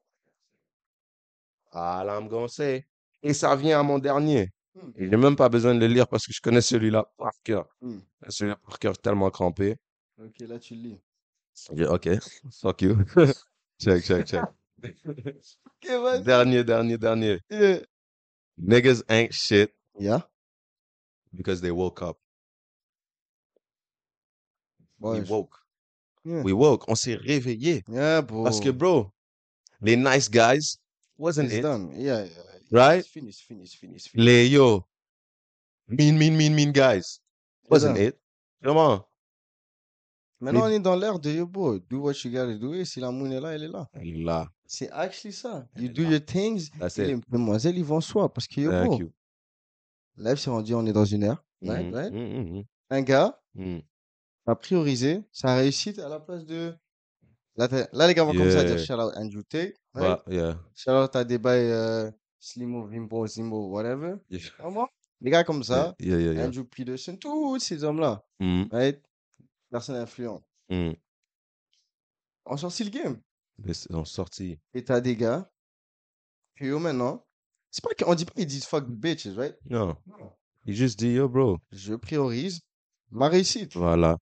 Speaker 2: Ah, là, I'm gonna say. Et ça vient à mon dernier.
Speaker 1: Hmm.
Speaker 2: Et j'ai même pas besoin de le lire parce que je connais celui-là par cœur.
Speaker 1: Hmm.
Speaker 2: Celui-là par cœur, tellement crampé.
Speaker 1: Ok, là, tu le lis.
Speaker 2: J'ai dit, OK, fuck you. check, check, check.
Speaker 1: Ok, vas-y.
Speaker 2: dernier, dernier, dernier.
Speaker 1: Yeah.
Speaker 2: Niggas ain't shit
Speaker 1: Yeah.
Speaker 2: because they woke up.
Speaker 1: Ouais,
Speaker 2: We
Speaker 1: je-
Speaker 2: woke.
Speaker 1: Yeah. Oh.
Speaker 2: We woke. On s'est réveillé.
Speaker 1: Yeah, bro.
Speaker 2: Parce que, bro, les nice guys wasn't
Speaker 1: It's
Speaker 2: it,
Speaker 1: done. Yeah, yeah, yeah.
Speaker 2: right?
Speaker 1: It's finished, finished, finished, finished.
Speaker 2: Les yo, mean, mean, mean, mean guys
Speaker 1: It's
Speaker 2: wasn't
Speaker 1: done.
Speaker 2: it. Vraiment.
Speaker 1: Maintenant, on est dans l'ère de yo, bro. Do what you gotta do. Et si la moune est là, elle est là.
Speaker 2: Là,
Speaker 1: C'est actually ça.
Speaker 2: Elle
Speaker 1: You
Speaker 2: est
Speaker 1: do
Speaker 2: là.
Speaker 1: your things.
Speaker 2: that's
Speaker 1: Et les
Speaker 2: it.
Speaker 1: demoiselles, ils vont soi. Parce que yo,
Speaker 2: Thank
Speaker 1: bro.
Speaker 2: you.
Speaker 1: Live, c'est rendu, on est dans une ère. Right,
Speaker 2: Mhm,
Speaker 1: right.
Speaker 2: mhm, mhm.
Speaker 1: Un gars.
Speaker 2: Mm.
Speaker 1: a priorisé sa réussite à la place de. Là, t'as- là, les gars vont commencer à dire
Speaker 2: Yeah.
Speaker 1: shout out Andrew Tate, right?
Speaker 2: Ouais, Bah, yeah.
Speaker 1: shout out à des bails euh, Slimo, Vimbo, Zimbo, whatever.
Speaker 2: Yeah.
Speaker 1: Vraiment? Les gars comme
Speaker 2: Yeah,
Speaker 1: ça,
Speaker 2: yeah, yeah, yeah.
Speaker 1: Andrew Peterson, tous ces hommes-là,
Speaker 2: Mm,
Speaker 1: right? Personnes influentes,
Speaker 2: mm.
Speaker 1: ont sorti le game.
Speaker 2: Mais c'est- on sortit.
Speaker 1: Et t'as des gars que eux maintenant, c'est pas qu'on dit pas qu'ils disent fuck bitches, right?
Speaker 2: Non.
Speaker 1: Non.
Speaker 2: Il juste dit, yo, bro.
Speaker 1: Je priorise ma réussite.
Speaker 2: Voilà.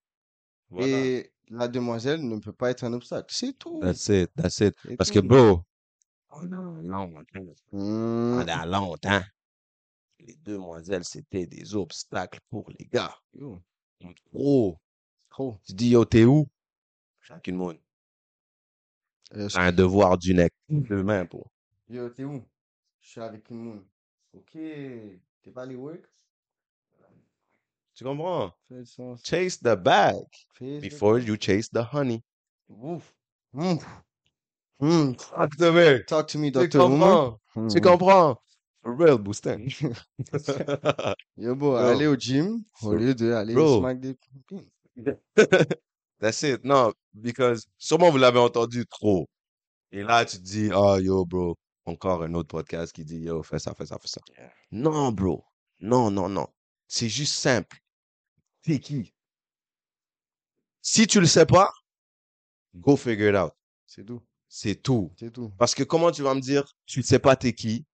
Speaker 2: Voilà.
Speaker 1: Et la demoiselle ne peut pas être un obstacle. C'est tout.
Speaker 2: That's it, that's it.
Speaker 1: c'est
Speaker 2: Parce que,
Speaker 1: tout.
Speaker 2: bro. Oh, Mmh. non, longtemps.
Speaker 1: Hmm.
Speaker 2: Pendant longtemps, les demoiselles, c'était des obstacles pour les gars.
Speaker 1: Yo,
Speaker 2: Bro,
Speaker 1: Trop.
Speaker 2: tu dis, yo, t'es où? Chacune monde.
Speaker 1: Euh,
Speaker 2: T'as un devoir du nec. Demain, bro.
Speaker 1: Yo, t'es où? Je suis avec une moune. Ok, t'es pas allé work?
Speaker 2: Tu comprends?
Speaker 1: Fais le sens.
Speaker 2: Chase the bag
Speaker 1: Fais le-
Speaker 2: before you chase the honey.
Speaker 1: Ouf. Mmh. Mmh.
Speaker 2: Fuck the man.
Speaker 1: Talk to me,
Speaker 2: Tu
Speaker 1: Dr. Woman.
Speaker 2: comprends? Tu comprends? For real, Boostin.
Speaker 1: Hmm. Yo, bon,
Speaker 2: Yo.
Speaker 1: aller au gym au
Speaker 2: So-
Speaker 1: lieu de aller
Speaker 2: Bro.
Speaker 1: smack des copines.
Speaker 2: That's it. Non, because sûrement vous l'avez entendu trop. ah, Et là, tu te dis, oh, yo, bro, encore un autre podcast qui dit, yo, fais ça, fais ça, fais ça. Non, bro. Non, non, non. C'est juste simple.
Speaker 1: T'es qui?
Speaker 2: Si tu le sais pas, go figure it out.
Speaker 1: C'est tout.
Speaker 2: C'est tout.
Speaker 1: C'est tout.
Speaker 2: Parce que comment tu vas me dire, tu ne sais pas t'es qui,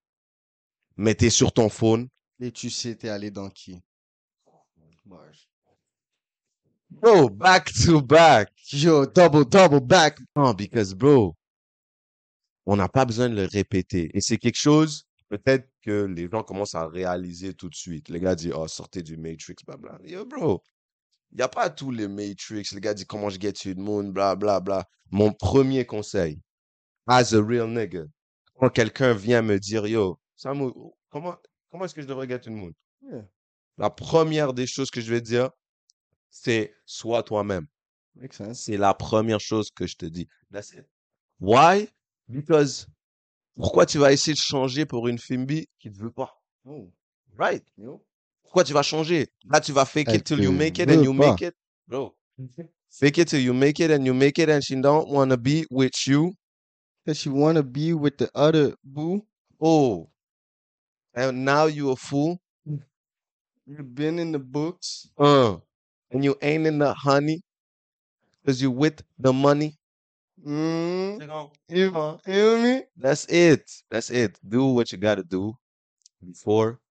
Speaker 2: mais t'es sur ton phone.
Speaker 1: Et tu sais, t'es allé dans qui?
Speaker 2: Bro, back to back.
Speaker 1: Yo, double, double back.
Speaker 2: Non, because bro, on n'a pas besoin de le répéter. Et c'est quelque chose, peut-être que les gens commencent à réaliser tout de suite. Les gars disent, oh, sortez du Matrix, blabla. Yo, bro, il n'y a pas tous les Matrix. Les gars disent, comment je get you the moon, blablabla. Mon premier conseil, as a real nigga, quand quelqu'un vient me dire, yo, Samu, comment, comment est-ce que je devrais get you the moon?
Speaker 1: Yeah.
Speaker 2: La première des choses que je vais dire, c'est sois toi-même.
Speaker 1: Makes sense.
Speaker 2: C'est la première chose que je te dis. That's it. Why? Because pourquoi tu vas essayer de changer pour une Fimbi qui ne veut pas?
Speaker 1: Oh,
Speaker 2: Right?
Speaker 1: yo.
Speaker 2: Pourquoi tu vas changer? Là, tu vas fake
Speaker 1: Elle
Speaker 2: it till you
Speaker 1: te
Speaker 2: make it
Speaker 1: veut
Speaker 2: and you
Speaker 1: pas.
Speaker 2: make it. Bro. Fake it till you make it and you make it and she don't wanna be with you.
Speaker 1: Cause you wanna be with the other boo.
Speaker 2: Oh. And now you a fool.
Speaker 1: You've been in the books.
Speaker 2: Uh. And you ain't in the honey. Cause you with the money.
Speaker 1: Mm. You, you hear me?
Speaker 2: That's it. That's it. Do what you gotta do before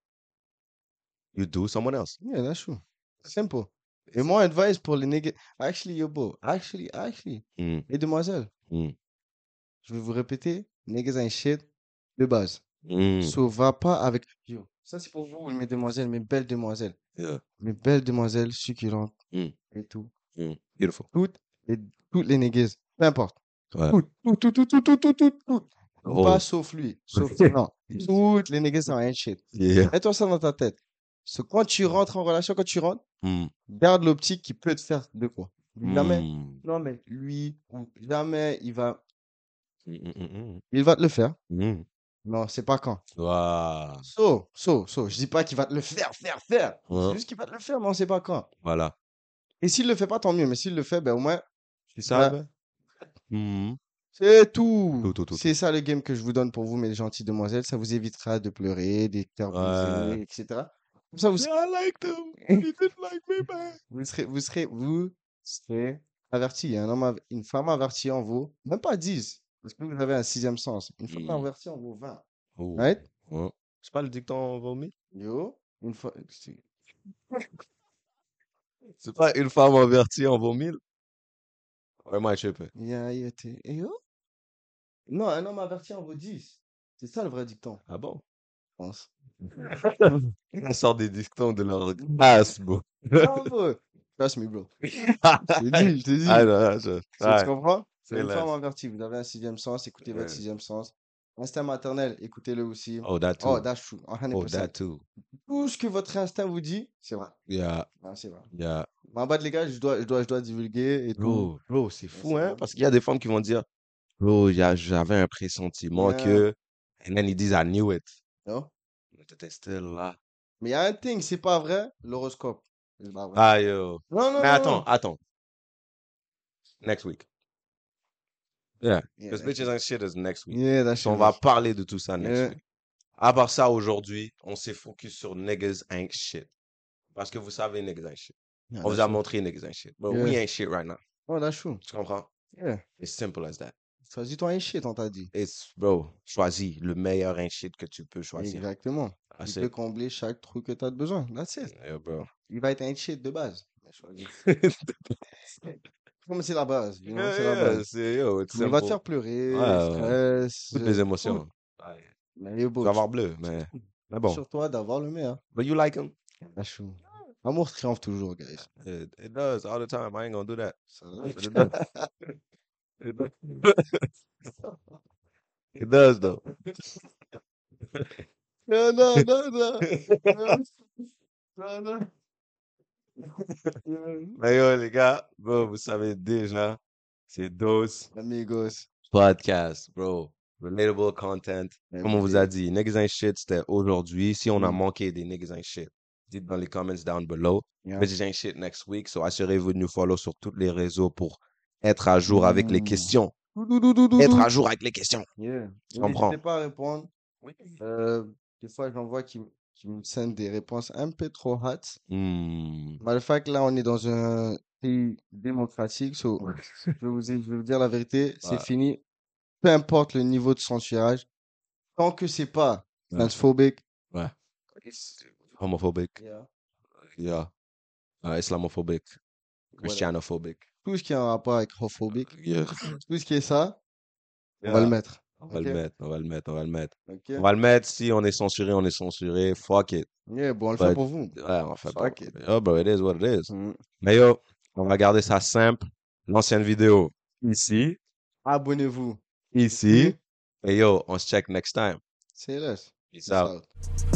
Speaker 2: you do someone else.
Speaker 1: Yeah, that's true. Simple. Et mon advice pour les niggas, actually, yo, bro, actually, actually,
Speaker 2: Mm.
Speaker 1: et demoiselles,
Speaker 2: Mm.
Speaker 1: je vais vous répéter, niggas ain't shit, de base.
Speaker 2: Mm.
Speaker 1: So, va pas avec, yo, ça c'est pour vous, mes demoiselles, mes belles demoiselles,
Speaker 2: Yeah.
Speaker 1: mes belles demoiselles succulentes,
Speaker 2: Mm.
Speaker 1: et tout.
Speaker 2: Mm. Beautiful.
Speaker 1: Toutes les, toutes les niggas, peu importe.
Speaker 2: Ouais.
Speaker 1: Toutes, toutes, toutes, toutes, toutes, toutes, toutes, toutes.
Speaker 2: Oh.
Speaker 1: Pas sauf lui, sauf, non. Toutes les niggas sont ain't shit.
Speaker 2: Yeah. Hmm.
Speaker 1: Mets-toi ça dans ta tête. So, quand tu rentres en relation, quand tu rentres,
Speaker 2: Mm.
Speaker 1: garde l'optique qui peut te faire de quoi. Jamais.
Speaker 2: Mm.
Speaker 1: Non, mais lui, ou jamais il va,
Speaker 2: Mm, mm, mm,
Speaker 1: il va te le faire.
Speaker 2: mm. Mm.
Speaker 1: Mais on sait pas quand.
Speaker 2: Wow.
Speaker 1: So, so, so. Je dis pas qu'il va te le faire, faire, faire.
Speaker 2: Ouais.
Speaker 1: C'est juste qu'il va te le faire, mais on sait pas quand.
Speaker 2: Hein, Voilà.
Speaker 1: Et s'il le fait pas, tant mieux. Mais s'il le fait, ben au moins,
Speaker 2: Tu
Speaker 1: savais?
Speaker 2: Mm.
Speaker 1: c'est tout.
Speaker 2: Tout, tout, tout,
Speaker 1: C'est ça le game que je vous donne pour vous, mes gentilles demoiselles. Ça vous évitera de pleurer, d'être terrorisées,
Speaker 2: Ouais.
Speaker 1: etc. Comme ça, vous serez,
Speaker 2: I liked him. He didn't like me back.
Speaker 1: vous serez, vous serez, vous serez averti. Un homme, av- une femme avertie en vaut, même pas 10. Parce que vous avez un sixième sens. Une femme
Speaker 2: Mm.
Speaker 1: avertie en vaut 20.
Speaker 2: Oh.
Speaker 1: Right?
Speaker 2: Ouais. C'est pas le dicton vomi?
Speaker 1: Yo, une fois. c'est-
Speaker 2: C'est pas une femme avertie en vomit? Or am I tripping?
Speaker 1: Yeah, yeah, t'es- eh, yo? Non, un homme averti en vaut 10. C'est ça le vrai dicton,
Speaker 2: Ah bon?
Speaker 1: je pense.
Speaker 2: On sort des dictons de leur glace, bro.
Speaker 1: Bravo! Trust me, bro. Je te dis, je te dis.
Speaker 2: Ah, non, non, je-
Speaker 1: Tu-
Speaker 2: ouais.
Speaker 1: Tu comprends? C'est une
Speaker 2: là.
Speaker 1: femme avertie. Vous avez un sixième sens, écoutez
Speaker 2: Ouais.
Speaker 1: votre sixième sens. Instinct maternel, écoutez-le aussi.
Speaker 2: Oh, that too.
Speaker 1: Oh, that's true.
Speaker 2: Oh,
Speaker 1: 100%.
Speaker 2: that too.
Speaker 1: Tout ce que votre instinct vous dit, c'est vrai.
Speaker 2: Yeah,
Speaker 1: Ah, c'est vrai.
Speaker 2: yeah.
Speaker 1: Mais en bas de les gars, je dois, je dois, je dois divulguer et tout.
Speaker 2: Bro, bro, c'est
Speaker 1: Ben,
Speaker 2: fou,
Speaker 1: c'est
Speaker 2: hein?
Speaker 1: bon.
Speaker 2: Parce qu'il y a des femmes qui vont dire, bro, j'a- j'avais un pressentiment
Speaker 1: Yeah.
Speaker 2: que. And then ils disent, I knew it.
Speaker 1: Non?
Speaker 2: Mais t'étais still là.
Speaker 1: Mais il y a un thing, c'est pas vrai, l'horoscope. C'est pas vrai.
Speaker 2: Ah, yo.
Speaker 1: Non, non, non,
Speaker 2: Mais
Speaker 1: non.
Speaker 2: attends, attends. Next week. Yeah.
Speaker 1: Yeah,
Speaker 2: Because bitches and shit is next week.
Speaker 1: Yeah, that's
Speaker 2: On
Speaker 1: true.
Speaker 2: va parler de tout ça next
Speaker 1: Yeah.
Speaker 2: week. À part ça, aujourd'hui, on s'est focus sur niggas ain't shit. Parce que vous savez, niggas ain't shit.
Speaker 1: Yeah,
Speaker 2: On vous
Speaker 1: Ah, that's
Speaker 2: a
Speaker 1: true.
Speaker 2: montré niggas ain't shit. But
Speaker 1: Yeah.
Speaker 2: we ain't shit right now.
Speaker 1: Oh, that's true.
Speaker 2: Tu comprends?
Speaker 1: Yeah.
Speaker 2: It's simple as that.
Speaker 1: Choisis-toi un shit, on t'a dit.
Speaker 2: It's, bro, choisis le meilleur ain't shit que tu peux choisir.
Speaker 1: Exactement.
Speaker 2: Ah,
Speaker 1: Il
Speaker 2: c'est-
Speaker 1: peut combler chaque truc que tu as besoin. That's it.
Speaker 2: Yeah, bro.
Speaker 1: Il va être un shit de base. Mais choisis. Comme c'est la base. you know,
Speaker 2: Yeah,
Speaker 1: c'est la
Speaker 2: yeah,
Speaker 1: base.
Speaker 2: c'est- yo, it's
Speaker 1: Mais Il va te
Speaker 2: simple.
Speaker 1: faire pleurer,
Speaker 2: Ouais,
Speaker 1: stress.
Speaker 2: Toutes
Speaker 1: euh,
Speaker 2: les émotions. Ouais.
Speaker 1: Mais il est
Speaker 2: Tu
Speaker 1: beau.
Speaker 2: vas avoir bleu, mais, mais bon.
Speaker 1: Sur toi d'avoir le meilleur.
Speaker 2: But you like him?
Speaker 1: That's true. L'amour triomphe toujours, guys.
Speaker 2: It, it does all the time. I ain't gonna do that.
Speaker 1: Ça-
Speaker 2: But it does.
Speaker 1: Eh
Speaker 2: It
Speaker 1: ben.
Speaker 2: does. It does though.
Speaker 1: Non, non, non, non. Non, non, non. Yeah.
Speaker 2: Mais yo, les gars, bro, vous savez déjà, c'est Dose
Speaker 1: Amigos.
Speaker 2: Podcast, bro. Relatable content. Comme on vous a dit, Niggas Ain't Shit, c'était aujourd'hui. Si on a
Speaker 1: Mm.
Speaker 2: manqué des Niggas Ain't Shit, dites dans les comments down below.
Speaker 1: Yeah.
Speaker 2: Niggas Ain't Shit next week. So assurez-vous de nous follow sur tous les réseaux pour être à jour avec les
Speaker 1: Mm.
Speaker 2: questions. Être
Speaker 1: Être
Speaker 2: à jour avec les questions.
Speaker 1: Yeah. Et
Speaker 2: comprends.
Speaker 1: N'hésitez pas à répondre. Euh, des fois, j'en vois qui, qui me send des réponses un peu trop hâtes.
Speaker 2: Hmm.
Speaker 1: Malfac, là, on est dans un pays démocratique. so, je, vais vous, je vais vous dire la vérité, c'est
Speaker 2: Ouais.
Speaker 1: fini. Peu importe le niveau de censurage, tant que c'est pas
Speaker 2: Ouais.
Speaker 1: transphobique,
Speaker 2: Homophobique.
Speaker 1: yeah,
Speaker 2: Yeah. Uh, islamophobique.
Speaker 1: voilà.
Speaker 2: Christianophobique.
Speaker 1: tout ce qui est en rapport avec homophobique,
Speaker 2: Yeah.
Speaker 1: tout ce qui est ça, on va le mettre.
Speaker 2: On va le
Speaker 1: Ok.
Speaker 2: mettre, on va le mettre, on va le mettre.
Speaker 1: Ok.
Speaker 2: On va le mettre. Si on est censuré, on est censuré. Fuck it.
Speaker 1: Yeah, bon, on le
Speaker 2: But-
Speaker 1: fait pour vous.
Speaker 2: Ouais, on fait
Speaker 1: Fuck
Speaker 2: pas.
Speaker 1: it.
Speaker 2: Oh, bro, it is what it is.
Speaker 1: Mm.
Speaker 2: Mais yo, on va garder ça simple. L'ancienne vidéo. Ici.
Speaker 1: Abonnez-vous.
Speaker 2: Ici. Et yo, on se check next time.
Speaker 1: C'est là.
Speaker 2: Peace out.
Speaker 1: out.